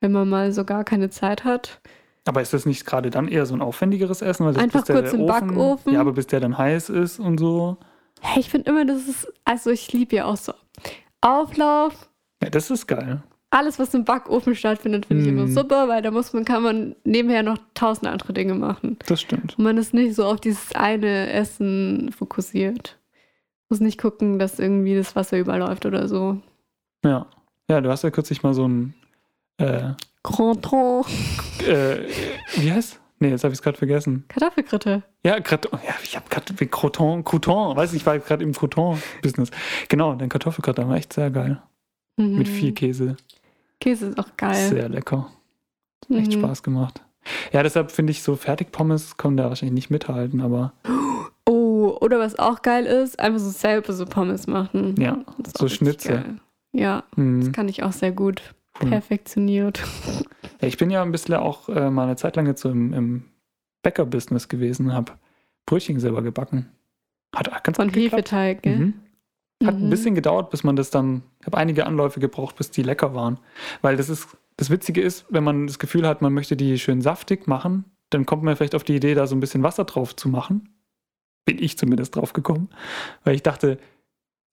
S2: wenn man mal so gar keine Zeit hat.
S1: Aber ist das nicht gerade dann eher so ein aufwendigeres Essen? Weil das
S2: Einfach
S1: bis der,
S2: kurz
S1: der
S2: im
S1: Ofen,
S2: Backofen.
S1: Ja, aber bis der dann heiß ist und so.
S2: Hey, ich finde immer, das ist, also ich liebe ja auch so Auflauf
S1: Ja, das ist geil.
S2: Alles, was im Backofen stattfindet, finde ich
S1: Mm.
S2: immer super, weil da muss man, kann man nebenher noch tausend andere Dinge machen.
S1: Das stimmt.
S2: Und man ist nicht so auf dieses eine Essen fokussiert. Muss nicht gucken, dass irgendwie das Wasser überläuft oder so.
S1: Ja. Ja, du hast ja kürzlich mal so ein. Äh,
S2: Grand Ton.
S1: äh, wie heißt? Nee, jetzt habe ich es gerade vergessen.
S2: Kartoffelgritte.
S1: Ja, grad, ja ich habe gerade Croton, Croton, weiß ich, war gerade im Croton-Business. Genau, dein Kartoffelgratin war echt sehr geil.
S2: Mhm.
S1: Mit viel Käse.
S2: Käse ist auch geil.
S1: Sehr lecker. Echt
S2: Mhm.
S1: Spaß gemacht. Ja, deshalb finde ich so Fertigpommes können da wahrscheinlich nicht mithalten, aber
S2: Oh, oder was auch geil ist, einfach so selber so Pommes machen.
S1: ja.
S2: Das ist
S1: so
S2: auch richtig
S1: Schnitzel.
S2: geil. Ja,
S1: Mhm.
S2: das kann ich auch sehr gut.
S1: Cool.
S2: Perfektioniert.
S1: Ja, ich bin ja ein bisschen auch äh, mal eine Zeit lang jetzt so im, im Bäcker-Business gewesen und habe Brötchen selber gebacken. Hat auch ganz
S2: So ein
S1: gut geklappt.
S2: Hefeteig, gell?
S1: Mhm. Hat ein
S2: Mhm.
S1: bisschen gedauert, bis man das dann, ich habe einige Anläufe gebraucht, bis die lecker waren. Weil das ist, das Witzige ist, wenn man das Gefühl hat, man möchte die schön saftig machen, dann kommt man vielleicht auf die Idee, da so ein bisschen Wasser drauf zu machen. Bin ich zumindest drauf gekommen. Weil ich dachte,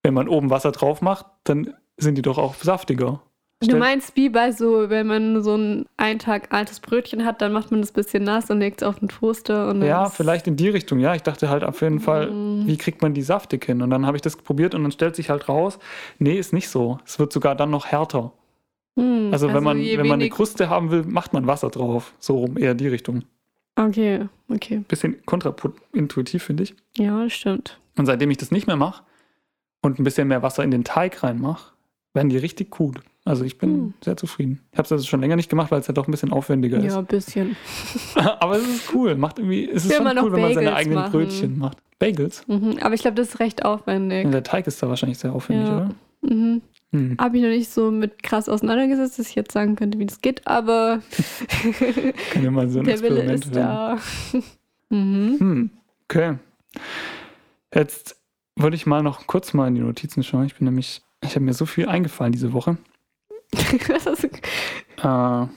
S1: wenn man oben Wasser drauf macht, dann sind die doch auch saftiger.
S2: Du
S1: Stell-
S2: meinst, wie bei so, wenn man so ein einen Tag altes Brötchen hat, dann macht man das bisschen nass und legt es auf den Toaster und dann
S1: Ja,
S2: ist-
S1: vielleicht in die Richtung. Ja, ich dachte halt auf jeden Fall,
S2: Mhm.
S1: wie kriegt man die saftig hin? Und dann habe ich das probiert und dann stellt sich halt raus, nee, ist nicht so. Es wird sogar dann noch härter.
S2: Hm,
S1: Also, wenn, man,
S2: je
S1: wenn man eine
S2: wenig-
S1: Kruste haben will, macht man Wasser drauf. So rum, eher die Richtung.
S2: Okay, okay.
S1: Bisschen kontraintuitiv, finde ich.
S2: Ja, das stimmt.
S1: Und seitdem ich das nicht mehr mache und ein bisschen mehr Wasser in den Teig reinmache, werden die richtig gut. Also ich bin
S2: Hm.
S1: sehr zufrieden. Ich habe es also schon länger nicht gemacht, weil es ja doch ein bisschen aufwendiger
S2: Ja, ein bisschen.
S1: ist. (laughs) Aber es ist cool. Macht irgendwie, es ist
S2: Will
S1: schon
S2: man noch
S1: cool, wenn man seine
S2: Bagels
S1: eigenen
S2: machen.
S1: Brötchen macht. Bagels?
S2: Mhm. Aber ich glaube, das ist recht aufwendig.
S1: Ja, der Teig ist da wahrscheinlich sehr aufwendig,
S2: Ja.
S1: oder?
S2: Mhm.
S1: Hm.
S2: Habe ich noch nicht so mit krass auseinandergesetzt, dass ich jetzt sagen könnte, wie das geht, aber
S1: Kann ja mal so ein
S2: der Wille
S1: Experiment
S2: ist
S1: werden.
S2: da. (laughs) mhm. (laughs)
S1: Hm, okay. Jetzt würde ich mal noch kurz mal in die Notizen schauen. Ich bin nämlich, ich habe mir so viel eingefallen diese Woche.
S2: Was hast du-
S1: Äh,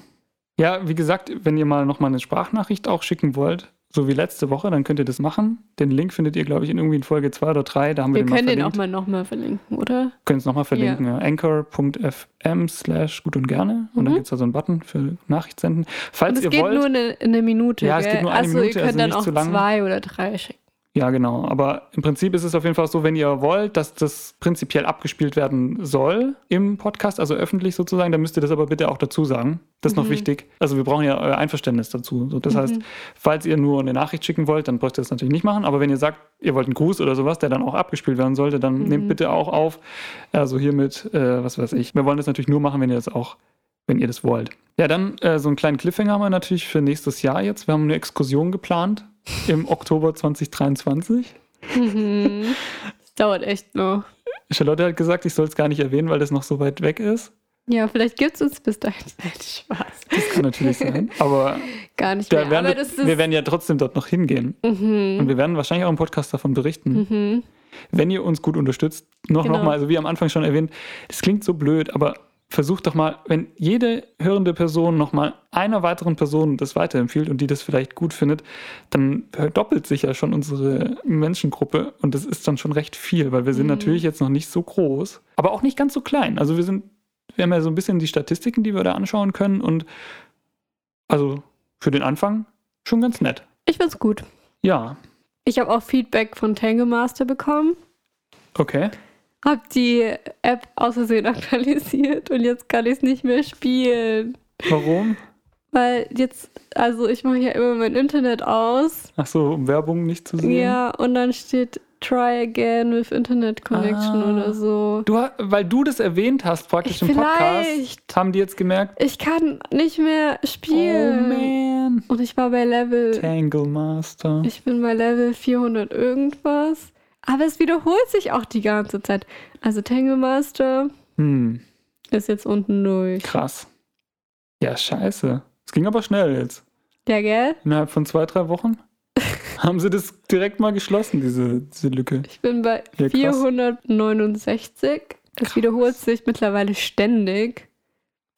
S1: ja, wie gesagt, wenn ihr mal nochmal eine Sprachnachricht auch schicken wollt, so wie letzte Woche, dann könnt ihr das machen. Den Link findet ihr, glaube ich, in irgendwie in Folge 2 oder 3. Da haben wir,
S2: Wir
S1: den mal
S2: können den auch
S1: verlinkt.
S2: mal nochmal verlinken, oder?
S1: Können es nochmal verlinken. Ja. Anchor.fm slash gut und gerne. Und dann
S2: Mhm.
S1: gibt es da so einen Button für Nachricht senden. Falls
S2: Und es
S1: ihr
S2: geht
S1: wollt.
S2: nur eine, eine Minute.
S1: Ja, es
S2: gell?
S1: geht nur eine
S2: also,
S1: Minute,
S2: ihr könnt
S1: also
S2: dann
S1: nicht
S2: auch
S1: zu lang.
S2: zwei oder drei schicken.
S1: Ja, genau. Aber im Prinzip ist es auf jeden Fall so, wenn ihr wollt, dass das prinzipiell abgespielt werden soll im Podcast, also öffentlich sozusagen, dann müsst ihr das aber bitte auch dazu sagen. Das ist noch
S2: Mhm.
S1: wichtig. Also wir brauchen ja euer Einverständnis dazu. So, das heißt,
S2: Mhm.
S1: falls ihr nur eine Nachricht schicken wollt, dann bräucht ihr das natürlich nicht machen. Aber wenn ihr sagt, ihr wollt einen Gruß oder sowas, der dann auch abgespielt werden sollte, dann
S2: Mhm.
S1: nehmt bitte auch auf. Also hiermit, äh, was weiß ich. Wir wollen das natürlich nur machen, wenn ihr das auch, wenn ihr das wollt. Ja, dann äh, so einen kleinen Cliffhanger haben wir natürlich für nächstes Jahr jetzt. Wir haben eine Exkursion geplant
S2: (laughs)
S1: im Oktober 2023.
S2: Mhm. Das dauert echt noch.
S1: Charlotte hat gesagt, ich soll es gar nicht erwähnen, weil das noch so weit weg ist.
S2: Ja, vielleicht gibt es uns bis dahin. (laughs) Nein, Spaß.
S1: Das kann
S2: (laughs)
S1: natürlich sein. Aber
S2: Gar nicht
S1: da
S2: mehr.
S1: werden
S2: aber
S1: wir,
S2: das
S1: wir
S2: ist.
S1: werden ja trotzdem dort noch hingehen. Und
S2: Mhm.
S1: wir werden wahrscheinlich auch im Podcast davon berichten.
S2: Mhm.
S1: wenn ihr uns gut unterstützt, noch,
S2: Genau.
S1: noch mal, also wie am Anfang schon erwähnt, das klingt so blöd, aber versucht doch mal, wenn jede hörende Person noch mal einer weiteren Person das weiterempfiehlt und die das vielleicht gut findet, dann verdoppelt sich ja schon unsere Menschengruppe und das ist dann schon recht viel, weil wir sind
S2: Mhm.
S1: natürlich jetzt noch nicht so groß, aber auch nicht ganz so klein. Also wir sind, wir haben ja so ein bisschen die Statistiken, die wir da anschauen können und also für den Anfang schon ganz nett.
S2: Ich find's gut.
S1: Ja,
S2: Ich habe auch Feedback von Tango Master bekommen.
S1: okay.
S2: Hab die App aus Versehen (laughs) aktualisiert und jetzt kann ich es nicht mehr spielen.
S1: Warum?
S2: Weil jetzt, also ich mache ja immer mein Internet aus.
S1: Ach so, um Werbung nicht zu sehen.
S2: Ja, und dann steht Try again with Internet Connection
S1: Ah.
S2: oder so.
S1: Du, ha- weil du das erwähnt hast, praktisch im Podcast,
S2: Vielleicht.
S1: haben die jetzt gemerkt,
S2: Ich kann nicht mehr
S1: oh
S2: spielen.
S1: man,
S2: und ich war bei Level.
S1: Tangle Master.
S2: Ich bin bei Level 400 irgendwas. Aber es wiederholt sich auch die ganze Zeit. Also Tangle Master
S1: Hm,
S2: ist jetzt unten durch.
S1: krass. Ja, scheiße. Es ging aber schnell jetzt.
S2: Ja, gell?
S1: Innerhalb von zwei, drei
S2: (laughs)
S1: Wochen haben sie das direkt mal geschlossen, diese, diese Lücke.
S2: Ich bin bei
S1: Ja, krass.
S2: 469. Das wiederholt sich mittlerweile ständig.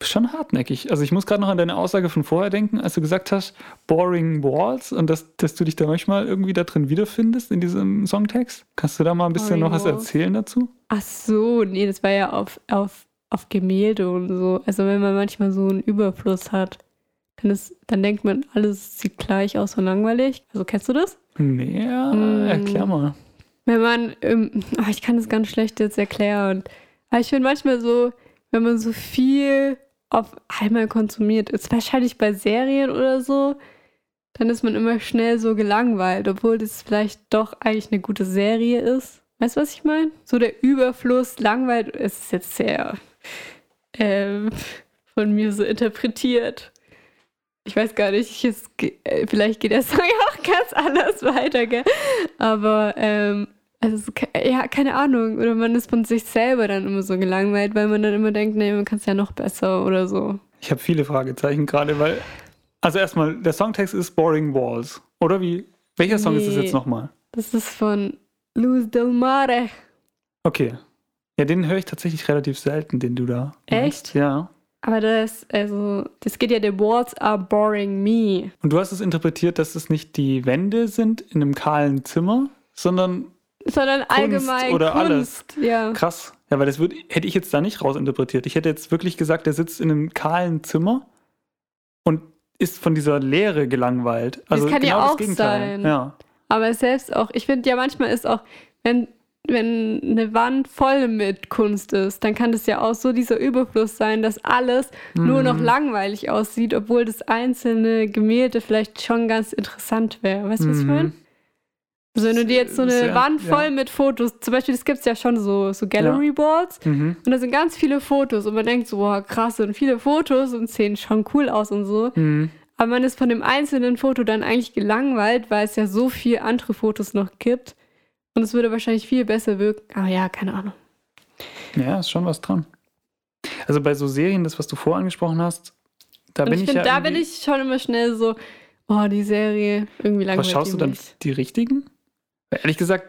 S1: Schon hartnäckig. Also ich muss gerade noch an deine Aussage von vorher denken, als du gesagt hast, boring walls und dass, dass du dich da manchmal irgendwie da drin wiederfindest in diesem Songtext. Kannst du da mal ein bisschen
S2: Boring
S1: noch was
S2: walls.
S1: erzählen dazu?
S2: Ach so, nee, das war ja auf, auf auf Gemälde und so. Also wenn man manchmal so einen Überfluss hat, dann, ist, dann denkt man, alles sieht gleich aus und langweilig. Also kennst du das?
S1: Nee, ja,
S2: Mm.
S1: erklär mal.
S2: Wenn man, ähm, (laughs) ah, ich kann das ganz schlecht jetzt erklären, aber ich finde manchmal so, wenn man so viel auf einmal konsumiert, ist wahrscheinlich bei Serien oder so, dann ist man immer schnell so gelangweilt, obwohl das vielleicht doch eigentlich eine gute Serie ist. Weißt du, was ich meine? So der Überfluss langweilt es ist jetzt sehr ähm, von mir so interpretiert. Ich weiß gar nicht, ich jetzt, ge- äh, vielleicht geht der Song (laughs) auch ganz anders weiter, gell? Aber, ähm, also, so ke- ja, keine Ahnung. Oder man ist von sich selber dann immer so gelangweilt, weil man dann immer denkt, nee, man kann es ja noch besser oder so.
S1: Ich habe viele Fragezeichen gerade, weil. Also erstmal, der Songtext ist Boring Walls. Oder wie? Welcher Song ist es
S2: Nee.
S1: jetzt nochmal?
S2: Das ist von Luz del Mare.
S1: Okay. Ja, den höre ich tatsächlich relativ selten, den du da.
S2: Echt?
S1: Ja.
S2: Aber das, also, das geht ja, the words are boring me.
S1: Und du hast es interpretiert, dass es nicht die Wände sind in einem kahlen Zimmer, sondern
S2: Sondern allgemein
S1: oder
S2: Kunst.
S1: alles.
S2: Ja.
S1: krass. Ja, weil das würd, hätte ich jetzt da nicht rausinterpretiert. Ich hätte jetzt wirklich gesagt, der sitzt in einem kahlen Zimmer und ist von dieser Leere gelangweilt. Also
S2: kann ja
S1: genau
S2: auch
S1: das Gegenteil.
S2: sein.
S1: Ja.
S2: Aber selbst auch, ich finde ja manchmal ist auch, wenn, wenn eine Wand voll mit Kunst ist, dann kann das ja auch so dieser Überfluss sein, dass alles nur noch
S1: Mhm.
S2: langweilig aussieht, obwohl das einzelne Gemälde vielleicht schon ganz interessant wäre. Weißt du, was ich
S1: Mhm.
S2: meine? Also wenn du dir jetzt so eine
S1: Sehr,
S2: Wand
S1: ja.
S2: voll mit Fotos, zum Beispiel, das gibt es ja schon so, so Gallery Boards
S1: Mhm.
S2: und da sind ganz viele Fotos und man denkt so, boah, krass, sind viele Fotos und sehen schon cool aus und so.
S1: Mhm.
S2: Aber man ist von dem einzelnen Foto dann eigentlich gelangweilt, weil es ja so viele andere Fotos noch gibt. Und es würde wahrscheinlich viel besser wirken. Aber ja, keine Ahnung.
S1: Ja, ist schon was dran. Also bei so Serien, das, was du vorher angesprochen hast, da
S2: Und
S1: bin
S2: ich
S1: ich
S2: finde,
S1: ja
S2: da bin
S1: irgendwie-
S2: ich schon immer schnell so, oh, die Serie, irgendwie langweilig.
S1: Was schaust du dann?
S2: Mich.
S1: Die richtigen? Weil ehrlich gesagt,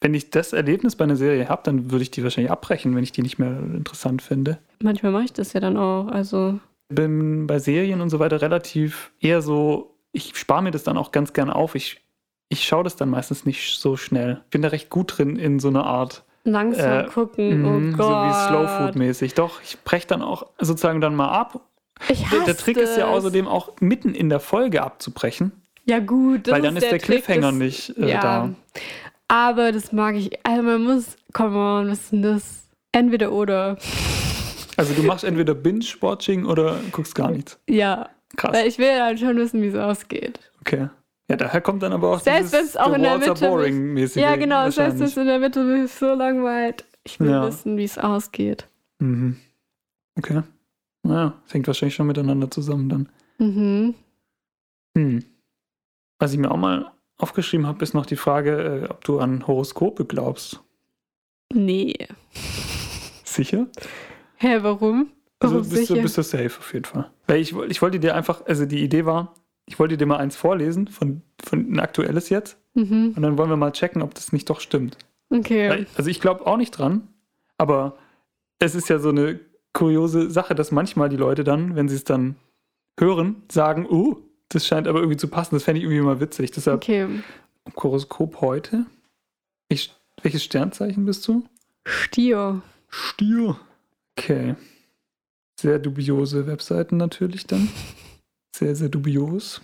S1: wenn ich das Erlebnis bei einer Serie habe, dann würde ich die wahrscheinlich abbrechen, wenn ich die nicht mehr interessant finde.
S2: Manchmal mache ich das ja dann auch. Also,
S1: Bin bei Serien und so weiter relativ eher so, ich spare mir das dann auch ganz gern auf. Ich, ich schaue das dann meistens nicht so schnell. Ich bin da recht gut drin in so einer Art.
S2: langsam
S1: Äh,
S2: gucken.
S1: mhm,
S2: oh
S1: so
S2: Gott.
S1: wie Slowfood-mäßig. Doch, ich breche dann auch sozusagen dann mal ab.
S2: Ich hasse
S1: Der, der Trick ist ja
S2: es.
S1: außerdem auch mitten in der Folge abzubrechen.
S2: Ja, gut. Das
S1: Weil dann ist der,
S2: Trick,
S1: Cliffhanger
S2: das-
S1: nicht äh, da.
S2: Aber das mag ich. Also, man muss, come on, was ist denn das? Entweder oder.
S1: Also du machst entweder Binge-Watching oder guckst gar nichts.
S2: Ja,
S1: Krass.
S2: Weil ich will dann schon wissen, wie es ausgeht.
S1: Okay. Ja, daher kommt dann aber auch
S2: Selbst wenn
S1: dieses
S2: es auch
S1: The
S2: in der
S1: Walls are
S2: Mitte
S1: boring mäßige
S2: ja, genau. Das heißt,
S1: wahrscheinlich.
S2: es in der Mitte mich so langweilt. Ich will
S1: Ja.
S2: wissen, wie es ausgeht.
S1: Mhm. Okay. Naja, das hängt wahrscheinlich schon miteinander zusammen dann.
S2: Mhm.
S1: Hm. Was ich mir auch mal aufgeschrieben habe, ist noch die Frage, äh, ob du an Horoskope glaubst.
S2: Nee.
S1: Sicher?
S2: Hä, warum?
S1: Also
S2: Warum
S1: bist,
S2: Oh, sicher?
S1: Du, bist du safe auf jeden Fall. Weil ich, woll- ich wollte dir einfach, also die Idee war, ich wollte dir mal eins vorlesen, von, von ein aktuelles jetzt,
S2: mhm.
S1: und dann wollen wir mal checken, ob das nicht doch stimmt.
S2: Okay.
S1: Weil- Also ich glaube auch nicht dran, aber es ist ja so eine kuriose Sache, dass manchmal die Leute dann, wenn sie es dann hören, sagen, oh, das scheint aber irgendwie zu passen. Das fände ich irgendwie mal witzig. Deshalb
S2: Okay.
S1: Horoskop heute. Ich, welches Sternzeichen bist du?
S2: Stier.
S1: Stier. Okay. Sehr dubiose Webseiten natürlich dann. Sehr, sehr dubios.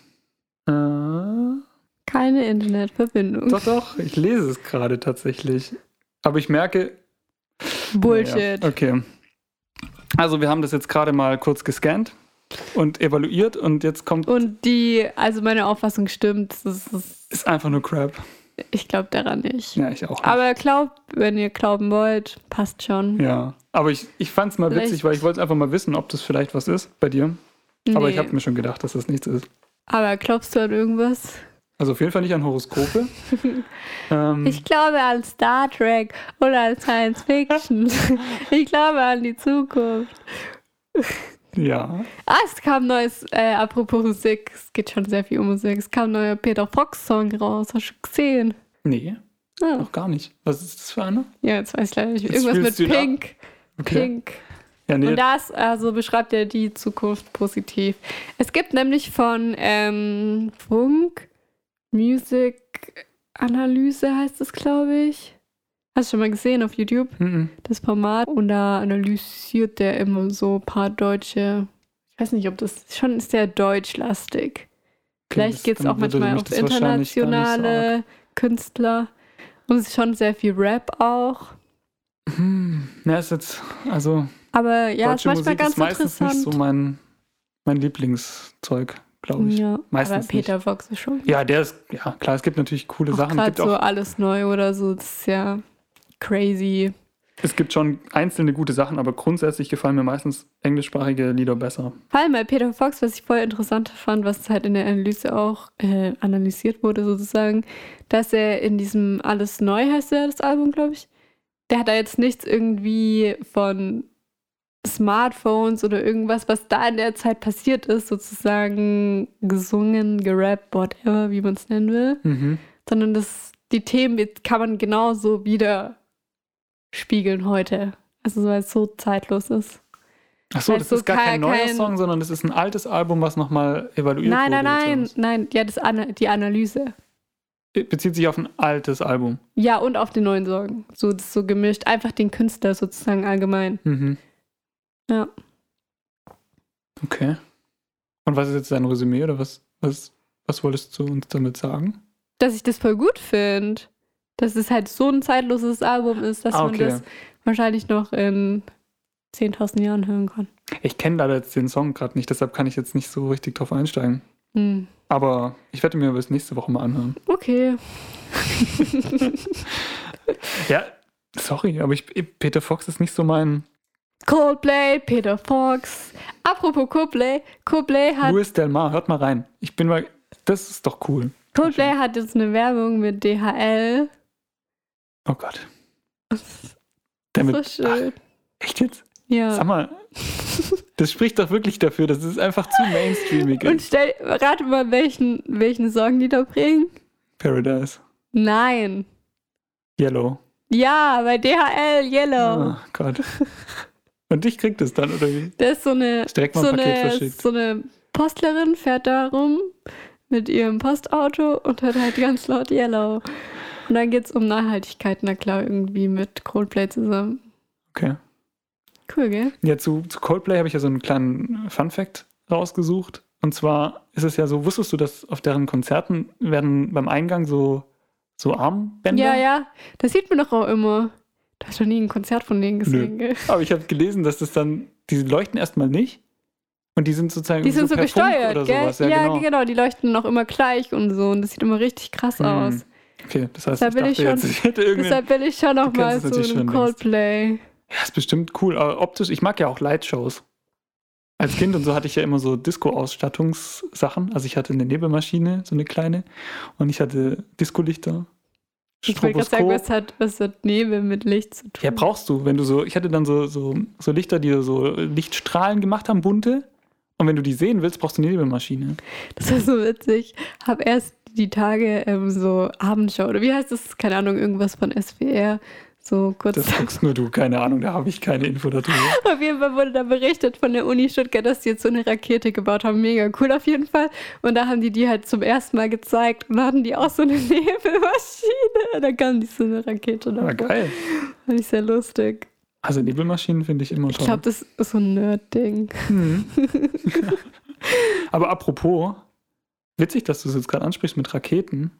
S1: Äh,
S2: Keine Internetverbindung. (laughs)
S1: doch, doch, ich lese es gerade tatsächlich. Aber ich merke,
S2: Bullshit.
S1: Naja, okay. Also wir haben das jetzt gerade mal kurz gescannt und evaluiert und jetzt kommt
S2: Und die, also meine Auffassung stimmt. Das ist,
S1: ist einfach nur Crap.
S2: ich glaube daran nicht.
S1: Ja, ich auch. Nicht.
S2: Aber glaubt, wenn ihr glauben wollt, passt schon.
S1: ja. Aber ich, ich fand es mal witzig,
S2: Vielleicht-
S1: weil ich wollte einfach mal wissen, ob das vielleicht was ist bei dir. Aber ich
S2: Nee.
S1: habe mir schon gedacht, dass das nichts ist.
S2: Aber glaubst du an irgendwas?
S1: Also auf jeden Fall nicht an
S2: (laughs)
S1: Horoskope. ähm,
S2: Ich glaube an Star Trek oder an
S1: (laughs)
S2: Science Fiction. ich glaube an die Zukunft.
S1: ja.
S2: Ah, es kam neues, äh, apropos Musik, es geht schon sehr viel um Musik. Es kam ein neuer Peter Fox-Song raus, hast du gesehen?
S1: Nee,
S2: Ah,
S1: noch gar nicht. Was ist das für eine?
S2: ja, jetzt weiß ich leider nicht.
S1: Jetzt
S2: Irgendwas
S1: spielst
S2: mit
S1: du ihn
S2: Pink. Pink.
S1: Ja, nee.
S2: Und das, also beschreibt er die Zukunft positiv. Es gibt nämlich von ähm, Funk Music Analyse heißt es, glaube ich. Hast du schon mal gesehen auf YouTube?
S1: Mhm.
S2: das Format und da analysiert der immer so ein paar deutsche. Ich weiß nicht, ob das schon ist der deutschlastig. Vielleicht geht es auch manchmal auf internationale Künstler. Und es ist schon sehr viel Rap auch.
S1: Hm, na, ist jetzt, also,
S2: Aber ja, ist
S1: deutsche
S2: manchmal
S1: Musik
S2: ganz
S1: ist meistens
S2: interessant.
S1: nicht so mein, mein Lieblingszeug, glaube ich. Ja.
S2: ja,
S1: Meistens
S2: aber Peter Fox ist schon.
S1: der ist, ja, klar, es gibt natürlich coole
S2: auch
S1: Sachen. Es
S2: Gerade
S1: gibt,
S2: so
S1: auch,
S2: alles neu oder so, das ist ja crazy.
S1: es gibt schon einzelne gute Sachen, aber grundsätzlich gefallen mir meistens englischsprachige Lieder besser.
S2: Vor allem bei Peter Fox, was ich voll interessant fand, was halt in der Analyse auch äh, analysiert wurde, sozusagen, dass er in diesem Alles Neu heißt ja das Album, glaube ich. Der hat da jetzt nichts irgendwie von Smartphones oder irgendwas, was da in der Zeit passiert ist, sozusagen gesungen, gerappt, whatever, wie man es nennen will,
S1: Mhm.
S2: sondern das, die Themen jetzt kann man genauso wieder spiegeln heute. Also, weil es so zeitlos ist.
S1: Achso,
S2: Weil
S1: das
S2: so
S1: ist gar kein,
S2: kein-
S1: neuer
S2: kein-
S1: Song, sondern das ist ein altes Album, was nochmal evaluiert
S2: Nein,
S1: wurde.
S2: nein, nein,
S1: jetzt.
S2: nein, ja, das Ana die Analyse.
S1: Bezieht sich auf ein altes Album.
S2: Ja, und auf den neuen Sorgen. So, das ist so gemischt. Einfach den Künstler sozusagen allgemein.
S1: Mhm.
S2: Ja.
S1: Okay. Und was ist jetzt dein Resümee oder was, was, was wolltest du uns damit sagen?
S2: Dass ich das voll gut finde. Dass es halt so ein zeitloses Album ist, dass
S1: Ah,
S2: man das wahrscheinlich noch in 10.000 Jahren hören kann.
S1: Ich kenne leider jetzt den Song gerade nicht, deshalb kann ich jetzt nicht so richtig drauf einsteigen.
S2: Hm.
S1: Aber ich werde mir bis nächste Woche mal anhören.
S2: Okay.
S1: Ja, sorry, aber ich, Peter Fox ist nicht so mein.
S2: Coldplay, Peter Fox. Apropos Coldplay, Coldplay hat
S1: Luis Del Mar, hört mal rein. Ich bin mal. Das ist doch cool.
S2: Coldplay hat jetzt eine Werbung mit DHL.
S1: Oh Gott.
S2: so
S1: Damit,
S2: schön.
S1: echt jetzt?
S2: ja.
S1: Sag
S2: (laughs)
S1: mal, das spricht doch wirklich dafür, dass es einfach zu mainstreamig
S2: Und
S1: ist.
S2: stell, rate mal, welchen, welchen Song die da bringen.
S1: Paradise,
S2: Nein.
S1: Yellow.
S2: Ja, bei DHL Yellow.
S1: Oh Gott. Und ich krieg das dann, oder wie?
S2: Da ist so eine,
S1: Ist direkt mal
S2: so,
S1: ein Paket
S2: eine,
S1: verschickt.
S2: so eine Postlerin, fährt da rum mit ihrem Postauto und hat halt ganz laut Yellow. Und dann geht es um Nachhaltigkeit, na klar, irgendwie mit Coldplay zusammen.
S1: Okay.
S2: Cool, gell?
S1: Ja, zu, zu Coldplay habe ich ja so einen kleinen Fun-Fact rausgesucht. Und zwar ist es ja so, wusstest du, dass auf deren Konzerten werden beim Eingang so, so Armbänder?
S2: Ja, ja, das sieht man doch auch immer. Du hast noch nie ein Konzert von denen gesehen, gell?
S1: Aber ich habe gelesen, dass das dann, die leuchten erstmal nicht. Und die sind sozusagen
S2: Die sind so,
S1: per Funk
S2: gesteuert,
S1: oder
S2: gell?
S1: sowas. Ja, genau.
S2: die leuchten noch immer gleich und so. Und das sieht immer richtig krass
S1: Hm.
S2: aus.
S1: Okay, das heißt,
S2: Da
S1: ich
S2: bin
S1: dachte
S2: ich
S1: jetzt,
S2: schon-
S1: ich hätte irgendwie...
S2: Deshalb will ich schon
S1: Du
S2: noch
S1: kennst
S2: mal
S1: es
S2: zu
S1: natürlich
S2: einem
S1: schon längst.
S2: Coldplay.
S1: Ja, ist bestimmt cool. Aber optisch, ich mag ja auch Lightshows. Als Kind und so hatte ich ja immer so Disco-Ausstattungssachen. Also ich hatte eine Nebelmaschine, so eine kleine. Und ich hatte Discolichter.
S2: Ich wollte gerade sagen,
S1: Stroboskop.
S2: was hat, was hat Nebel mit Licht zu tun?
S1: Ja, brauchst du, wenn du so, ich hatte dann so, so, so Lichter, die so Lichtstrahlen gemacht haben, bunte. Und wenn du die sehen willst, brauchst du eine Nebelmaschine.
S2: Das war so witzig. Hab erst die Tage ähm, so Abendschau oder wie heißt das? Keine Ahnung, irgendwas von SWR. So kurz.
S1: Das guckst nur du, keine Ahnung, da habe ich keine Info dazu.
S2: (laughs) Auf jeden Fall wurde da berichtet von der Uni Stuttgart, dass die jetzt so eine Rakete gebaut haben. Mega cool auf jeden Fall. Und da haben die die halt zum ersten Mal gezeigt und da hatten die auch so eine (laughs) Nebelmaschine. Und dann kam die so eine Rakete
S1: Aber
S2: davor.
S1: geil.
S2: Fand ich sehr lustig.
S1: Also Nebelmaschinen finde ich immer
S2: Ich
S1: toll.
S2: glaube, das ist so ein Nerd-Ding.
S1: Hm. Aber apropos, witzig, dass du es jetzt gerade ansprichst mit Raketen.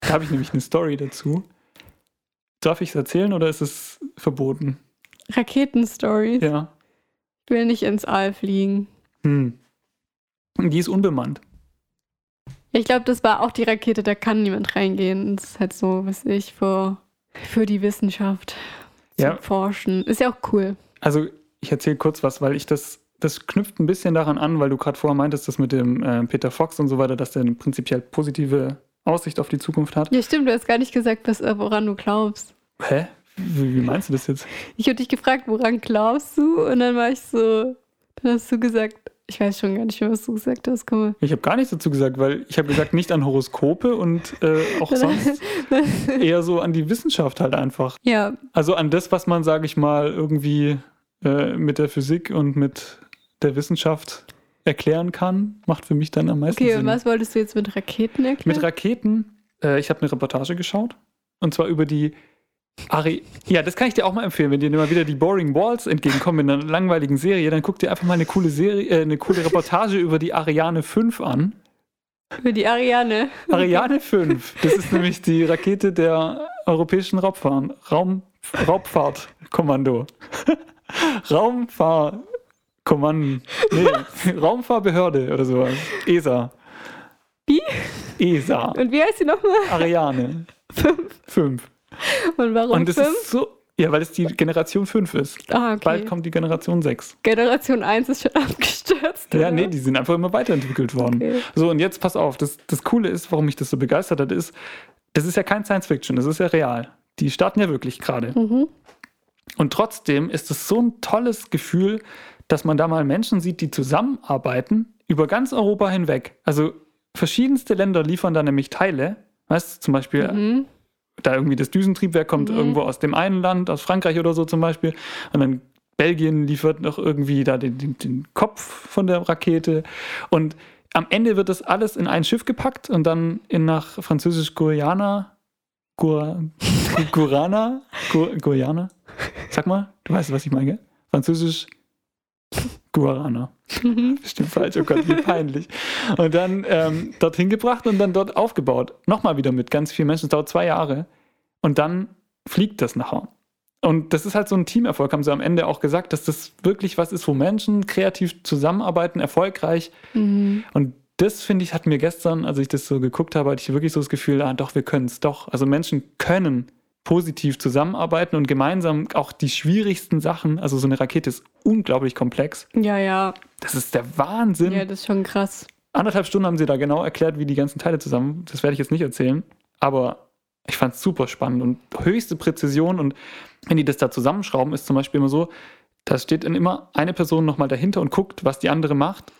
S1: Da habe ich nämlich eine Story dazu. Darf ich es erzählen oder ist es verboten?
S2: Raketenstories.
S1: Ja.
S2: Ich will nicht ins All fliegen.
S1: Hm. Die ist unbemannt.
S2: Ich glaube, das war auch die Rakete, da kann niemand reingehen. Das ist halt so, was ich, für, für die Wissenschaft zum
S1: Ja.
S2: Forschen. Ist ja auch cool.
S1: Also ich erzähle kurz was, weil ich das, das knüpft ein bisschen daran an, weil du gerade vorher meintest, dass mit dem äh, Peter Fox und so weiter, dass der eine prinzipiell positive Aussicht auf die Zukunft hat.
S2: Ja, stimmt, du hast gar nicht gesagt, was, äh, woran du glaubst.
S1: Hä? Wie, wie meinst du das jetzt?
S2: Ich habe dich gefragt, woran glaubst du? Und dann war ich so, dann hast du gesagt, ich weiß schon gar nicht mehr, was du gesagt hast. Guck mal.
S1: Ich habe gar nichts dazu gesagt, weil ich habe gesagt, nicht an Horoskope und äh,
S2: (laughs)
S1: auch sonst eher so an die Wissenschaft halt einfach.
S2: ja,
S1: Also an das, was man, sage ich mal, irgendwie äh, mit der Physik und mit der Wissenschaft erklären kann, macht für mich dann am meisten
S2: okay, und
S1: Sinn.
S2: was wolltest du jetzt mit Raketen erklären?
S1: Mit Raketen, äh, ich habe eine Reportage geschaut und zwar über die Ari, ja, das kann ich dir auch mal empfehlen, wenn dir immer wieder die Boring Walls entgegenkommen in einer langweiligen Serie, dann guck dir einfach mal eine coole Serie, äh, eine coole Reportage über die Ariane 5 an.
S2: Für die Ariane.
S1: Ariane 5, das ist nämlich die Rakete der europäischen Raubfahren, Raum, Raubfahrtkommando. (laughs) Raumfahrkommando. Nee, (laughs) Raumfahrbehörde oder sowas. E ESA.
S2: Wie?
S1: ESA.
S2: Und wie heißt sie nochmal?
S1: E Ariane
S2: Fünf.
S1: 5.
S2: Und warum
S1: Und das
S2: fünf?
S1: ist so. Ja, weil es die Generation 5 ist.
S2: ah, okay.
S1: Bald kommt die Generation 6.
S2: Generation 1 ist schon (laughs) abgestürzt.
S1: Ja,
S2: oder?
S1: nee, die sind einfach immer weiterentwickelt worden.
S2: Okay.
S1: So, und jetzt pass auf, das, das Coole ist, warum mich das so begeistert hat, ist, das ist ja kein Science Fiction, das ist ja real. Die starten ja wirklich gerade.
S2: Mhm.
S1: Und trotzdem ist es so ein tolles Gefühl, dass man da mal Menschen sieht, die zusammenarbeiten über ganz Europa hinweg. Also verschiedenste Länder liefern da nämlich Teile. Weißt du, zum Beispiel
S2: Mhm.
S1: da irgendwie das Düsentriebwerk kommt
S2: Mhm.
S1: irgendwo aus dem einen Land, aus Frankreich oder so zum Beispiel. Und dann Belgien liefert noch irgendwie da den, den, den Kopf von der Rakete. Und am Ende wird das alles in ein Schiff gepackt und dann in nach Französisch-Guyana. Gua- Gu- (laughs) Gurana? Gu- Guyana? Sag mal, du weißt, was ich meine, gell? Französisch. Guarana.
S2: Mhm.
S1: Bestimmt falsch, oh Gott, wie peinlich. Und dann ähm, dorthin gebracht und dann dort aufgebaut. Nochmal wieder mit ganz vielen Menschen. Es dauert zwei Jahre. Und dann fliegt das nachher. Und das ist halt so ein Teamerfolg, haben sie am Ende auch gesagt, dass das wirklich was ist, wo Menschen kreativ zusammenarbeiten, erfolgreich.
S2: Mhm.
S1: Und das, finde ich, hat mir gestern, als ich das so geguckt habe, hatte ich wirklich so das Gefühl, ah, doch, wir können es doch. Also Menschen können positiv zusammenarbeiten und gemeinsam auch die schwierigsten Sachen, also so eine Rakete ist unglaublich komplex.
S2: Ja, ja.
S1: Das ist der Wahnsinn.
S2: Ja, das ist schon krass.
S1: Anderthalb Stunden haben sie da genau erklärt, wie die ganzen Teile zusammen. Das werde ich jetzt nicht erzählen, aber ich fand es super spannend und höchste Präzision. Und wenn die das da zusammenschrauben, ist zum Beispiel immer so, da steht dann immer eine Person nochmal dahinter und guckt, was die andere macht,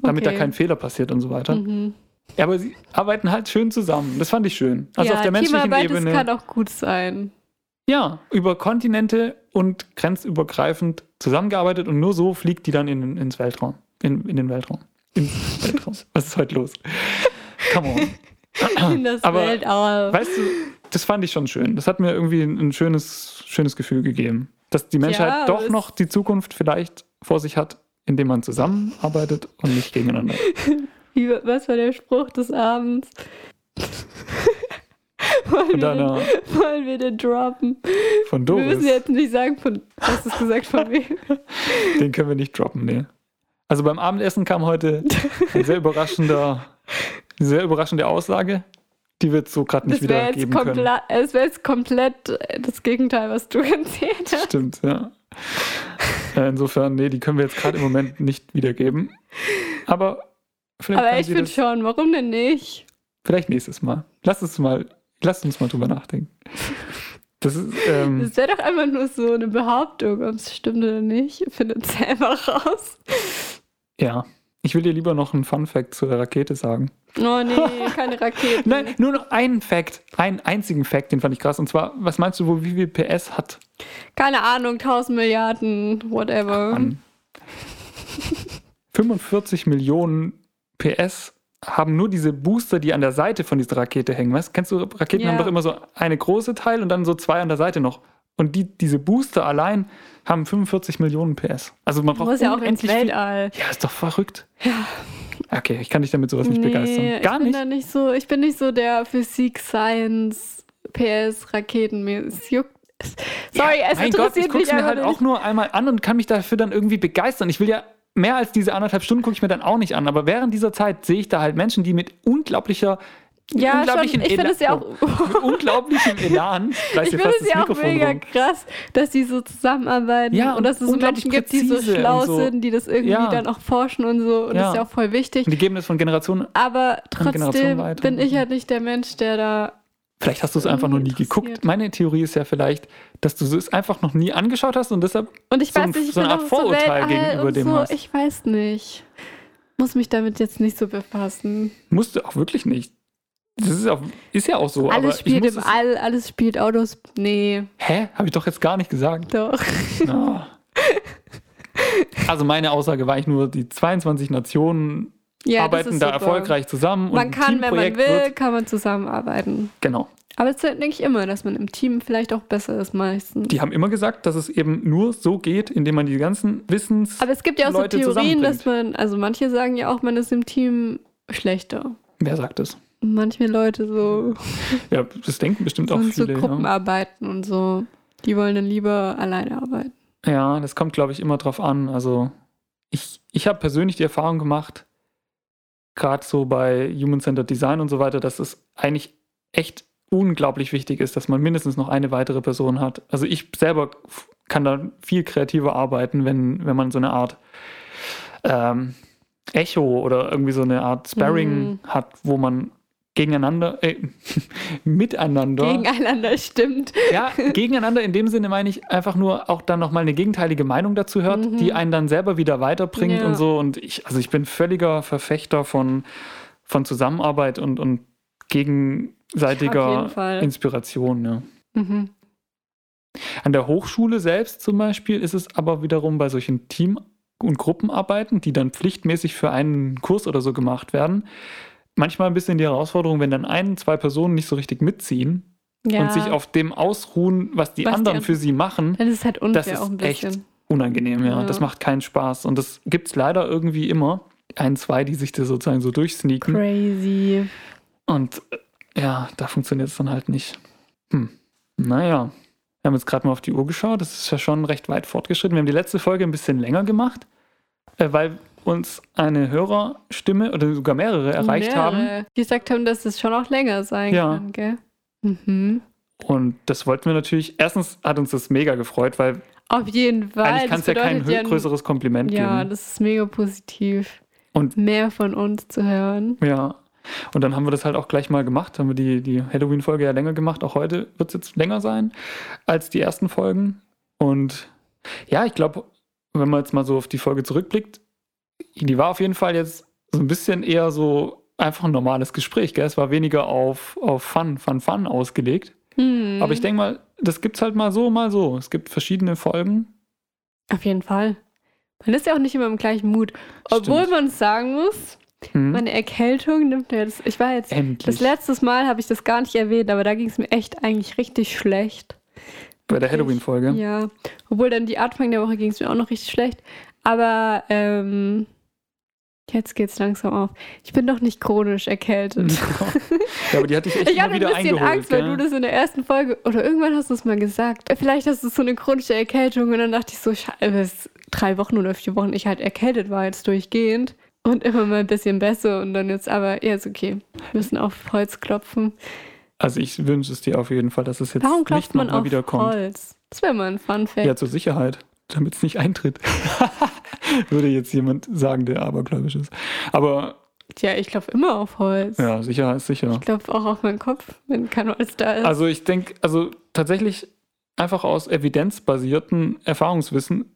S1: damit
S2: Okay.
S1: da kein Fehler passiert und so weiter.
S2: Mhm.
S1: Ja, aber sie arbeiten halt schön zusammen. Das fand ich schön. Also
S2: ja,
S1: auf der menschlichen
S2: Teamarbeit, das
S1: Ebene.
S2: kann auch gut sein.
S1: Ja, über Kontinente und grenzübergreifend zusammengearbeitet und nur so fliegt die dann in, ins Weltraum. In, in den Weltraum.
S2: (laughs)
S1: Ins Weltraum. Was ist heute los? Come on.
S2: (laughs) In das
S1: Ah, Aber-
S2: Weltall.
S1: Weißt du, das fand ich schon schön. Das hat mir irgendwie ein, ein schönes, schönes Gefühl gegeben, dass die Menschheit
S2: Ja, aber
S1: doch
S2: es-
S1: noch die Zukunft vielleicht vor sich hat, indem man zusammenarbeitet und nicht
S2: (laughs)
S1: gegeneinander.
S2: Wie, was war der Spruch
S1: (laughs)
S2: des Abends? wollen,
S1: Von
S2: wir
S1: deiner,
S2: den, wollen wir den droppen?
S1: von
S2: Wir müssen
S1: Doris,
S2: jetzt nicht sagen, von, hast du es
S1: (laughs)
S2: gesagt, von wem?
S1: den können wir nicht droppen, nee. Also beim Abendessen kam heute ein sehr überraschender, eine sehr überraschende Aussage, die wir jetzt so gerade
S2: Das
S1: nicht
S2: wäre jetzt,
S1: wiedergeben können.
S2: kompla- es wär jetzt komplett äh, das Gegenteil, was du (laughs) erzählt hast.
S1: Stimmt, ja. Äh, Insofern, nee, die können wir jetzt gerade im Moment nicht wiedergeben. Aber vielleicht,
S2: Aber
S1: kann
S2: ich
S1: sie
S2: finde
S1: das-
S2: schon, warum denn nicht?
S1: vielleicht nächstes Mal. Lass uns mal, lass uns mal drüber nachdenken. Das ist, ähm,
S2: Das wäre doch einfach nur so eine Behauptung, ob es stimmt oder nicht. Findet selber raus.
S1: ja. Ich will dir lieber noch einen Fun Fact zu der Rakete sagen.
S2: Oh nee, keine
S1: (laughs)
S2: Raketen.
S1: Nein, nur noch einen Fact, einen einzigen Fact, den fand ich krass. Und zwar, was meinst du, wo wie viel PS hat
S2: Keine Ahnung, 1000 Milliarden, whatever.
S1: an? 45 Millionen PS haben nur diese Booster, die an der Seite von dieser Rakete hängen. Weißt? du, Kennst du, Raketen
S2: Ja.
S1: haben doch immer so eine große Teil und dann so zwei an der Seite noch. Und die, diese Booster allein haben 45 Millionen PS. Also man
S2: Du
S1: braucht
S2: musst ja auch ins
S1: unendlich viel.
S2: Weltall.
S1: Ja, ist doch verrückt. Ja. Okay, ich kann dich damit sowas nicht begeistern.
S2: ich
S1: Gar
S2: bin
S1: nicht.
S2: da nicht so, ich bin nicht so der Physik, Science, PS, Raketen. Mir- Es juckt. es- Sorry, es
S1: mein Gott, ich
S2: interessiert
S1: guck's
S2: mich
S1: mir
S2: einfach
S1: halt
S2: nur
S1: auch nur einmal an und kann mich dafür dann irgendwie begeistern. Ich will ja mehr als diese anderthalb Stunden gucke ich mir dann auch nicht an. Aber während dieser Zeit sehe ich da halt Menschen, die mit unglaublicher,
S2: nicht. Ja, schon, ich
S1: unglaublichen
S2: finde
S1: Elan-
S2: es ja
S1: oh,
S2: auch.
S1: mit
S2: (laughs)
S1: unglaublichem Elan. Reiß
S2: Ich
S1: dir
S2: finde
S1: fast
S2: es
S1: das
S2: ja auch
S1: Mikrofon
S2: mega
S1: rum.
S2: krass, dass die so zusammenarbeiten
S1: Ja,
S2: und
S1: und
S2: dass es so
S1: unglaublich
S2: Menschen gibt, die so
S1: präzise und
S2: schlau
S1: so.
S2: sind, die das irgendwie
S1: Ja.
S2: dann auch forschen und so. Und das
S1: Ja.
S2: ist ja auch voll wichtig.
S1: Und die geben das von Generation.
S2: Aber
S1: Eine Generation
S2: trotzdem
S1: weiter.
S2: bin ich halt nicht der Mensch, der da.
S1: Vielleicht hast du es einfach noch nie
S2: Interessiert.
S1: geguckt. Meine Theorie ist ja vielleicht, dass du es einfach noch nie angeschaut hast und deshalb.
S2: Und ich
S1: So
S2: weiß
S1: ein-
S2: nicht, ich
S1: so
S2: bin
S1: eine
S2: auch
S1: Art
S2: so
S1: Vorurteil
S2: weltall
S1: gegenüber
S2: und
S1: dem
S2: so.
S1: hast.
S2: Ich weiß nicht. Muss mich damit jetzt nicht so befassen.
S1: Musst du auch wirklich nicht. Das ist, auch, ist ja auch so. aber
S2: alles spielt
S1: ich
S2: im
S1: muss es,
S2: All, alles spielt Autos. Nee,
S1: Hä? Habe ich doch jetzt gar nicht gesagt.
S2: doch. (laughs) Genau.
S1: Ja. (laughs) Also meine Aussage war ich nur, die 22 Nationen
S2: Ja, das
S1: arbeiten
S2: ist
S1: da
S2: super.
S1: erfolgreich zusammen. und
S2: Man
S1: ein
S2: kann, wenn man
S1: Teamprojekt
S2: will,
S1: Wird,
S2: kann man zusammenarbeiten.
S1: genau.
S2: Aber es denke ich immer, dass man im Team vielleicht auch besser ist meistens.
S1: Die haben immer gesagt, dass es eben nur so geht, indem man die ganzen Wissens.
S2: Aber es gibt ja auch
S1: Leute
S2: so Theorien, dass
S1: zusammenbringt.
S2: man, also manche sagen ja auch, man ist im Team schlechter.
S1: Wer sagt das?
S2: Und manche Leute so
S1: Ja, das denken bestimmt auch
S2: sind so
S1: viele. ne? ja.
S2: Gruppenarbeiten und so. Die wollen dann lieber alleine arbeiten.
S1: ja, das kommt, glaube ich, immer drauf an. Also, ich, ich habe persönlich die Erfahrung gemacht, gerade so bei Human-Centered Design und so weiter, dass es eigentlich echt unglaublich wichtig ist, dass man mindestens noch eine weitere Person hat. Also, ich selber f- kann da viel kreativer arbeiten, wenn, wenn man so eine Art ähm, Echo oder irgendwie so eine Art Sparring
S2: Mhm.
S1: hat, wo man gegeneinander, äh, (laughs) miteinander
S2: Gegeneinander stimmt.
S1: Ja, gegeneinander in dem Sinne meine ich einfach nur auch dann nochmal eine gegenteilige Meinung dazu hört,
S2: Mhm.
S1: die einen dann selber wieder weiterbringt
S2: Ja.
S1: und so. Und ich, also ich bin völliger Verfechter von, von Zusammenarbeit und, und
S2: Auf jeden
S1: gegenseitiger
S2: Fall.
S1: Inspiration. Ja.
S2: Mhm.
S1: An der Hochschule selbst zum Beispiel ist es aber wiederum bei solchen Team- und Gruppenarbeiten, die dann pflichtmäßig für einen Kurs oder so gemacht werden, manchmal ein bisschen die Herausforderung, wenn dann ein, zwei Personen nicht so richtig mitziehen,
S2: Ja,
S1: und sich auf dem ausruhen, was die
S2: Was die
S1: anderen
S2: an-
S1: für sie machen,
S2: dann ist es halt unfair
S1: das ist
S2: auch ein
S1: echt
S2: bisschen.
S1: unangenehm, ja.
S2: Ja.
S1: Das macht keinen Spaß. Und das gibt es leider irgendwie immer. Ein, zwei, die sich da sozusagen so durchsneaken.
S2: Crazy.
S1: Und äh, ja, da funktioniert es dann halt nicht. Hm. Naja. Wir haben jetzt gerade mal auf die Uhr geschaut. Das ist ja schon recht weit fortgeschritten. Wir haben die letzte Folge ein bisschen länger gemacht, äh, weil uns eine Hörerstimme oder sogar mehrere erreicht
S2: Mehrere,
S1: haben.
S2: Die gesagt haben, dass es schon auch länger sein
S1: Ja.
S2: kann, gell? Mhm.
S1: Und das wollten wir natürlich. Erstens hat uns das mega gefreut, weil
S2: Auf jeden Fall.
S1: eigentlich kann es
S2: Das
S1: ja kein
S2: bedeutet
S1: hö- größeres Kompliment geben.
S2: Ja, das ist mega positiv.
S1: Und-
S2: mehr von uns zu hören.
S1: Ja. Und dann haben wir das halt auch gleich mal gemacht. Haben wir die, die Halloween-Folge ja länger gemacht. Auch heute wird es jetzt länger sein als die ersten Folgen. Und ja, ich glaube, wenn man jetzt mal so auf die Folge zurückblickt, die war auf jeden Fall jetzt so ein bisschen eher so einfach ein normales Gespräch. Gell? Es war weniger auf, auf Fun, Fun, Fun ausgelegt.
S2: Hm.
S1: Aber ich denke mal, das gibt es halt mal so, mal so. Es gibt verschiedene Folgen.
S2: Auf jeden Fall. Man ist ja auch nicht immer im gleichen Mut. Obwohl
S1: Stimmt.
S2: man sagen muss,
S1: Hm?
S2: meine Erkältung nimmt mir das. Ich war jetzt.
S1: Endlich.
S2: Das letzte Mal habe ich das gar nicht erwähnt, aber da ging es mir echt eigentlich richtig schlecht.
S1: Bei der
S2: Wirklich.
S1: Halloween-Folge.
S2: Ja. Obwohl dann die Anfang der Woche ging es mir auch noch richtig schlecht. Aber ähm, jetzt geht's langsam auf. Ich bin doch nicht chronisch erkältet. (laughs)
S1: (laughs) ja, aber die hatte Hm. ich echt
S2: Genau.
S1: immer
S2: Ich hatte ein
S1: wieder
S2: bisschen
S1: eingeholt.
S2: Angst, weil
S1: gell?
S2: du das in der ersten Folge oder irgendwann hast du es mal gesagt. Vielleicht hast du so eine chronische Erkältung und dann dachte ich so, scheiße, drei Wochen oder vier Wochen ich halt erkältet war jetzt durchgehend und immer mal ein bisschen besser und dann jetzt aber, ja, ist okay. Wir müssen auf Holz klopfen.
S1: Also ich wünsche es dir auf jeden Fall, dass es jetzt
S2: Warum
S1: nicht
S2: klopft man
S1: nochmal
S2: auf
S1: wiederkommt.
S2: Holz? Das wäre mal ein Fun-Fact.
S1: Ja, zur Sicherheit, damit es nicht eintritt. (laughs) Würde jetzt jemand sagen, der abergläubisch ist. Aber
S2: Tja, ich klopfe immer auf Holz.
S1: ja, sicher ist sicher.
S2: Ich klopfe auch auf meinen Kopf, wenn kein Holz da ist.
S1: Also ich denke, also tatsächlich einfach aus evidenzbasierten Erfahrungswissen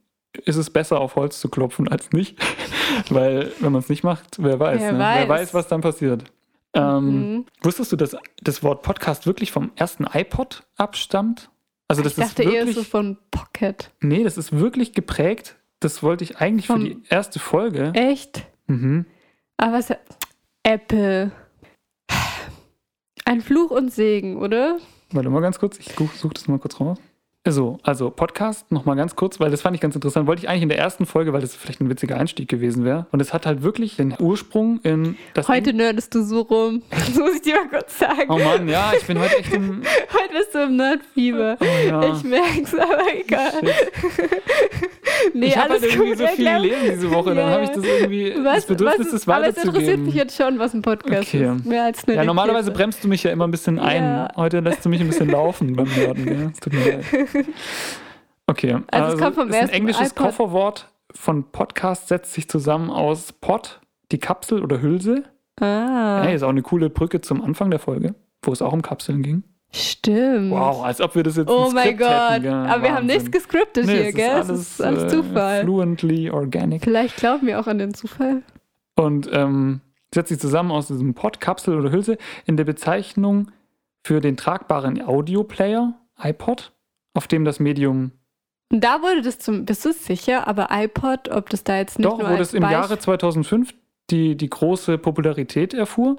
S1: ist es besser, auf Holz zu klopfen als nicht. (laughs) Weil wenn man es nicht macht, wer weiß,
S2: Wer
S1: ne?
S2: weiß.
S1: wer weiß, was dann passiert. Ähm,
S2: Mhm.
S1: Wusstest du, dass das Wort Podcast wirklich vom ersten iPod abstammt? Also das
S2: ich dachte
S1: ist
S2: eher
S1: wirklich
S2: so von Pocket.
S1: Nee, das ist wirklich geprägt. Das wollte ich eigentlich für
S2: Vom-
S1: die erste Folge.
S2: Echt?
S1: Mhm.
S2: Aber es Apple. Ein Fluch und Segen, oder?
S1: Warte mal ganz kurz, ich suche das mal kurz raus. So, also Podcast nochmal ganz kurz, weil das fand ich ganz interessant. Wollte ich eigentlich in der ersten Folge, weil das vielleicht ein witziger Einstieg gewesen wäre. Und es hat halt wirklich den Ursprung in das.
S2: Heute nerdest du so rum. (laughs) Das muss ich dir mal kurz sagen.
S1: Hm. Oh Mann, ja, ich bin heute echt im.
S2: Heute bist du im Nerdfieber.
S1: Oh ja.
S2: Ich merk's, aber egal.
S1: Shit.
S2: (laughs) Nee,
S1: ich habe
S2: alles
S1: halt irgendwie
S2: gut.
S1: so viel
S2: erklärt.
S1: gelesen diese Woche, dann
S2: Ja,
S1: habe ich
S2: ja.
S1: das irgendwie. das
S2: Was,
S1: Bedürfnis,
S2: was
S1: das
S2: ist, aber es interessiert
S1: weiterzugeben.
S2: mich jetzt schon, was ein Podcast
S1: Okay.
S2: ist. Mehr als eine
S1: Ja, normalerweise
S2: Reklame.
S1: bremst du mich ja immer ein bisschen ein.
S2: Ja.
S1: Heute lässt du mich ein
S2: (laughs)
S1: bisschen laufen beim Nörden. Ja? Es tut mir leid. Okay. Also,
S2: es kommt vom
S1: ist ein
S2: ersten
S1: englisches
S2: iPod.
S1: Kofferwort von Podcast setzt sich zusammen aus Pod, die Kapsel oder Hülse.
S2: Ah,
S1: Hey, ist auch eine coole Brücke zum Anfang der Folge, wo es auch um Kapseln ging.
S2: stimmt.
S1: Wow, als ob wir das jetzt
S2: Mhm. Oh
S1: im
S2: mein
S1: Skript
S2: Gott.
S1: hätten. gell?
S2: aber wir haben nichts
S1: Wahnsinn.
S2: gescriptet
S1: Nee,
S2: hier,
S1: es
S2: gell?
S1: Ist alles,
S2: es ist alles
S1: äh,
S2: Zufall.
S1: Fluently organic.
S2: Vielleicht glauben wir auch an den Zufall.
S1: Und ähm, setzt sich zusammen aus diesem Pod, Kapsel oder Hülse in der Bezeichnung für den tragbaren Audioplayer, iPod, auf dem das Medium.
S2: Und da wurde das zum, bist du sicher, aber iPod, ob das da jetzt nicht
S1: doch,
S2: nur
S1: wo
S2: als
S1: das im
S2: Beisp-
S1: Jahre 2005 die, die große Popularität erfuhr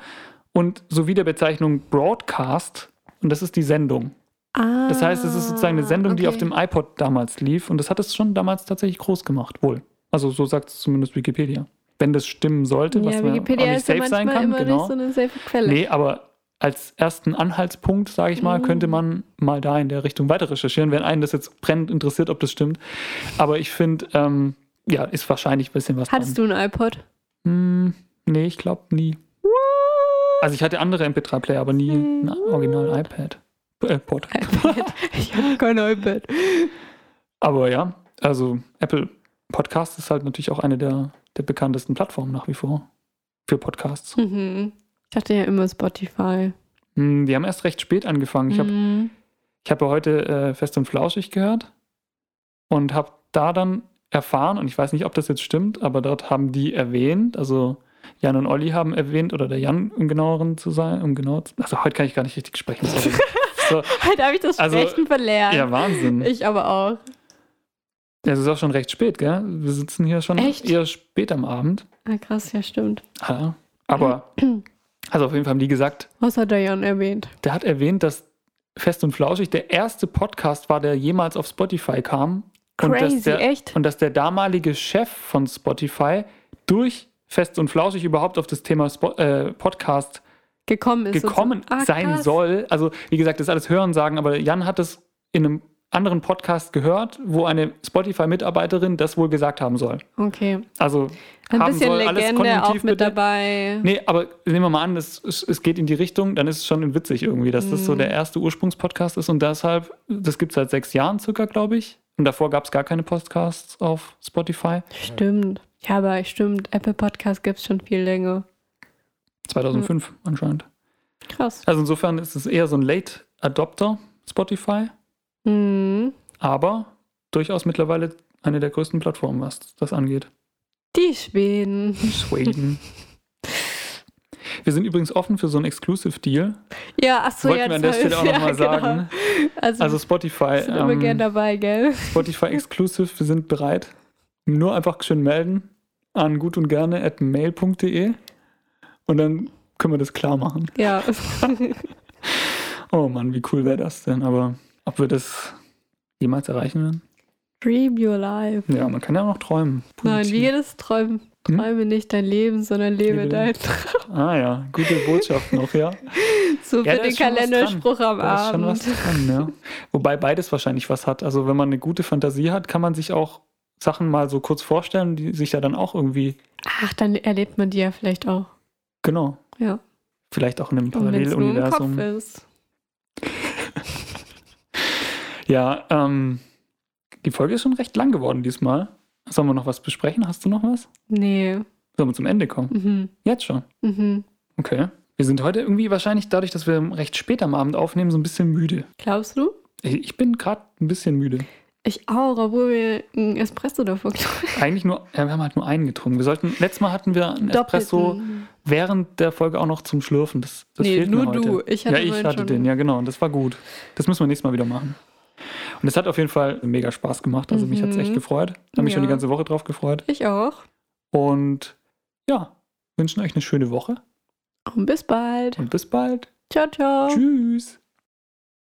S1: und sowie der Bezeichnung Broadcast Und das ist die Sendung.
S2: Ah,
S1: Das heißt, es ist sozusagen eine Sendung, die auf
S2: okay.
S1: dem iPod damals lief. Und das hat es schon damals tatsächlich groß gemacht, wohl. Also so sagt es zumindest Wikipedia. Wenn das stimmen sollte, was
S2: ja,
S1: man
S2: Wikipedia
S1: auch nicht
S2: ist ja
S1: safe
S2: manchmal
S1: sein kann,
S2: immer
S1: genau.
S2: nicht so eine safe Quelle.
S1: Nee, aber als ersten Anhaltspunkt, sage ich mal,
S2: Mm.
S1: könnte man mal da in der Richtung weiter recherchieren, wenn einen das jetzt brennend interessiert, ob das stimmt. Aber ich finde, ähm, ja, ist wahrscheinlich ein bisschen was
S2: Hattest
S1: dran.
S2: du ein iPod?
S1: (laughs) Du? Hm, nee, ich glaube nie. Also ich hatte andere MP3-Player, aber nie ein original iPad. Äh, Pod.
S2: ich habe kein iPad.
S1: Aber ja, also Apple Podcast ist halt natürlich auch eine der, der bekanntesten Plattformen nach wie vor für Podcasts.
S2: Mhm. Ich dachte ja immer Spotify.
S1: Hm, die haben erst recht spät angefangen. Ich habe
S2: Mhm.
S1: Ich habe ja heute äh, Fest und Flauschig gehört und habe da dann erfahren, und ich weiß nicht, ob das jetzt stimmt, aber dort haben die erwähnt, also Jan und Olli haben erwähnt, oder der Jan, um genaueren zu sein, um genau zu, Also heute kann ich gar nicht richtig sprechen. Sorry.
S2: (laughs)
S1: so,
S2: Heute habe ich das
S1: Also,
S2: Sprechen verlernt.
S1: ja, Wahnsinn.
S2: Ähm, Ich aber auch.
S1: Ja, Es ist auch schon recht spät, gell? Wir sitzen hier schon
S2: Echt?
S1: eher spät am Abend.
S2: Ah, krass, ja, stimmt.
S1: Ja,
S2: (clears throat)
S1: aber, also auf jeden Fall haben die gesagt,
S2: Was hat der Jan erwähnt?
S1: der hat erwähnt, dass Fest und Flauschig der erste Podcast war, der jemals auf Spotify kam. und dass
S2: Crazy,
S1: der,
S2: echt?
S1: Und dass der damalige Chef von Spotify durch Fest und Flauschig überhaupt auf das Thema Spo äh, Podcast
S2: Gekommen ist.
S1: gekommen
S2: sozusagen. Ah,
S1: sein
S2: krass.
S1: soll. Also, wie gesagt, das ist alles Hörensagen, aber Jan hat es in einem anderen Podcast gehört, wo eine Spotify-Mitarbeiterin das wohl gesagt haben soll.
S2: Okay.
S1: Also,
S2: Ein
S1: haben
S2: bisschen
S1: soll, alles
S2: Legende
S1: konjunktiv
S2: auch mit
S1: bitte.
S2: dabei.
S1: Nee, aber nehmen wir mal an, es, es, es geht in die Richtung, dann ist es schon witzig irgendwie, dass das so
S2: Mhm.
S1: der erste Ursprungspodcast ist und deshalb, das gibt es seit sechs Jahren circa, glaube ich. Und davor gab es gar keine Podcasts auf Spotify.
S2: Mhm. Stimmt. Ja, aber stimmt. Apple Podcast gibt es schon viel länger.
S1: 2005 anscheinend.
S2: Krass.
S1: Also insofern ist es eher so ein Late Adopter Spotify,
S2: Mhm.
S1: aber durchaus mittlerweile eine der größten Plattformen, was das angeht.
S2: Die Schweden.
S1: Sweden. Wir sind übrigens offen für so einen Exclusive Deal.
S2: Ja, achso,
S1: Wollten
S2: jetzt
S1: wir an der
S2: weiß
S1: Stelle auch
S2: ich-
S1: nochmal
S2: (laughs) ja, genau.
S1: sagen.
S2: Also,
S1: Also
S2: also
S1: Spotify. ähm,
S2: sind immer gern dabei, gell?
S1: Spotify Exclusive, wir sind bereit. Nur einfach schön melden an gut und gerne at mail.de und dann können wir das klar machen. (laughs)
S2: Ja.
S1: Oh Mann, wie cool wäre das denn? Aber ob wir das jemals erreichen werden?
S2: Dream your life.
S1: Ja, man kann ja noch träumen.
S2: Nein, wie
S1: Positiv.
S2: jedes Träumen.
S1: Hm?
S2: Träume nicht dein Leben, sondern lebe
S1: Lebe
S2: dein Traum.
S1: Ah ja, gute Botschaft noch,
S2: (laughs)
S1: ja.
S2: So
S1: Ja,
S2: für
S1: da
S2: den
S1: ist schon was dran.
S2: Kalenderspruch am
S1: Da ist schon was
S2: Abend.
S1: dran, ja. Wobei beides wahrscheinlich was hat. Also wenn man eine gute Fantasie hat, kann man sich auch Sachen mal so kurz vorstellen, die sich ja dann auch irgendwie,
S2: Ach, dann erlebt man die ja vielleicht auch.
S1: genau,
S2: Ja.
S1: vielleicht auch in einem
S2: Und wenn es nur im
S1: Paralleluniversum.
S2: Kopf ist.
S1: Ja, ähm, die Folge ist schon recht lang geworden diesmal. Sollen wir noch was besprechen? Hast du noch was?
S2: Nee.
S1: Sollen wir zum Ende kommen?
S2: Mhm.
S1: Jetzt schon.
S2: Mhm.
S1: Okay. Wir sind heute irgendwie wahrscheinlich dadurch, dass wir recht spät am Abend aufnehmen, so ein bisschen müde.
S2: Glaubst du?
S1: Ich, ich bin gerade ein bisschen müde.
S2: Ich auch, obwohl wir einen Espresso davor getrunken
S1: Eigentlich nur, ja, wir haben halt nur einen getrunken. Wir sollten, letztes Mal hatten wir einen Espresso
S2: (laughs) Doppelten.
S1: während der Folge auch noch zum Schlürfen. Das, das
S2: Nee,
S1: fehlt
S2: nur
S1: mir heute.
S2: du. Ich hatte
S1: ja, ich
S2: meinen
S1: hatte
S2: schon.
S1: den, ja genau. Und das war gut. Das müssen wir nächstes Mal wieder machen. Und es hat auf jeden Fall mega Spaß gemacht. Also mich hat es
S2: Mhm.
S1: echt gefreut. Habe mich schon die
S2: Ja.
S1: ganze Woche drauf gefreut.
S2: Ich auch.
S1: Und ja, wünschen euch eine schöne Woche
S2: Und bis bald.
S1: und bis bald.
S2: Ciao, ciao.
S1: Tschüss.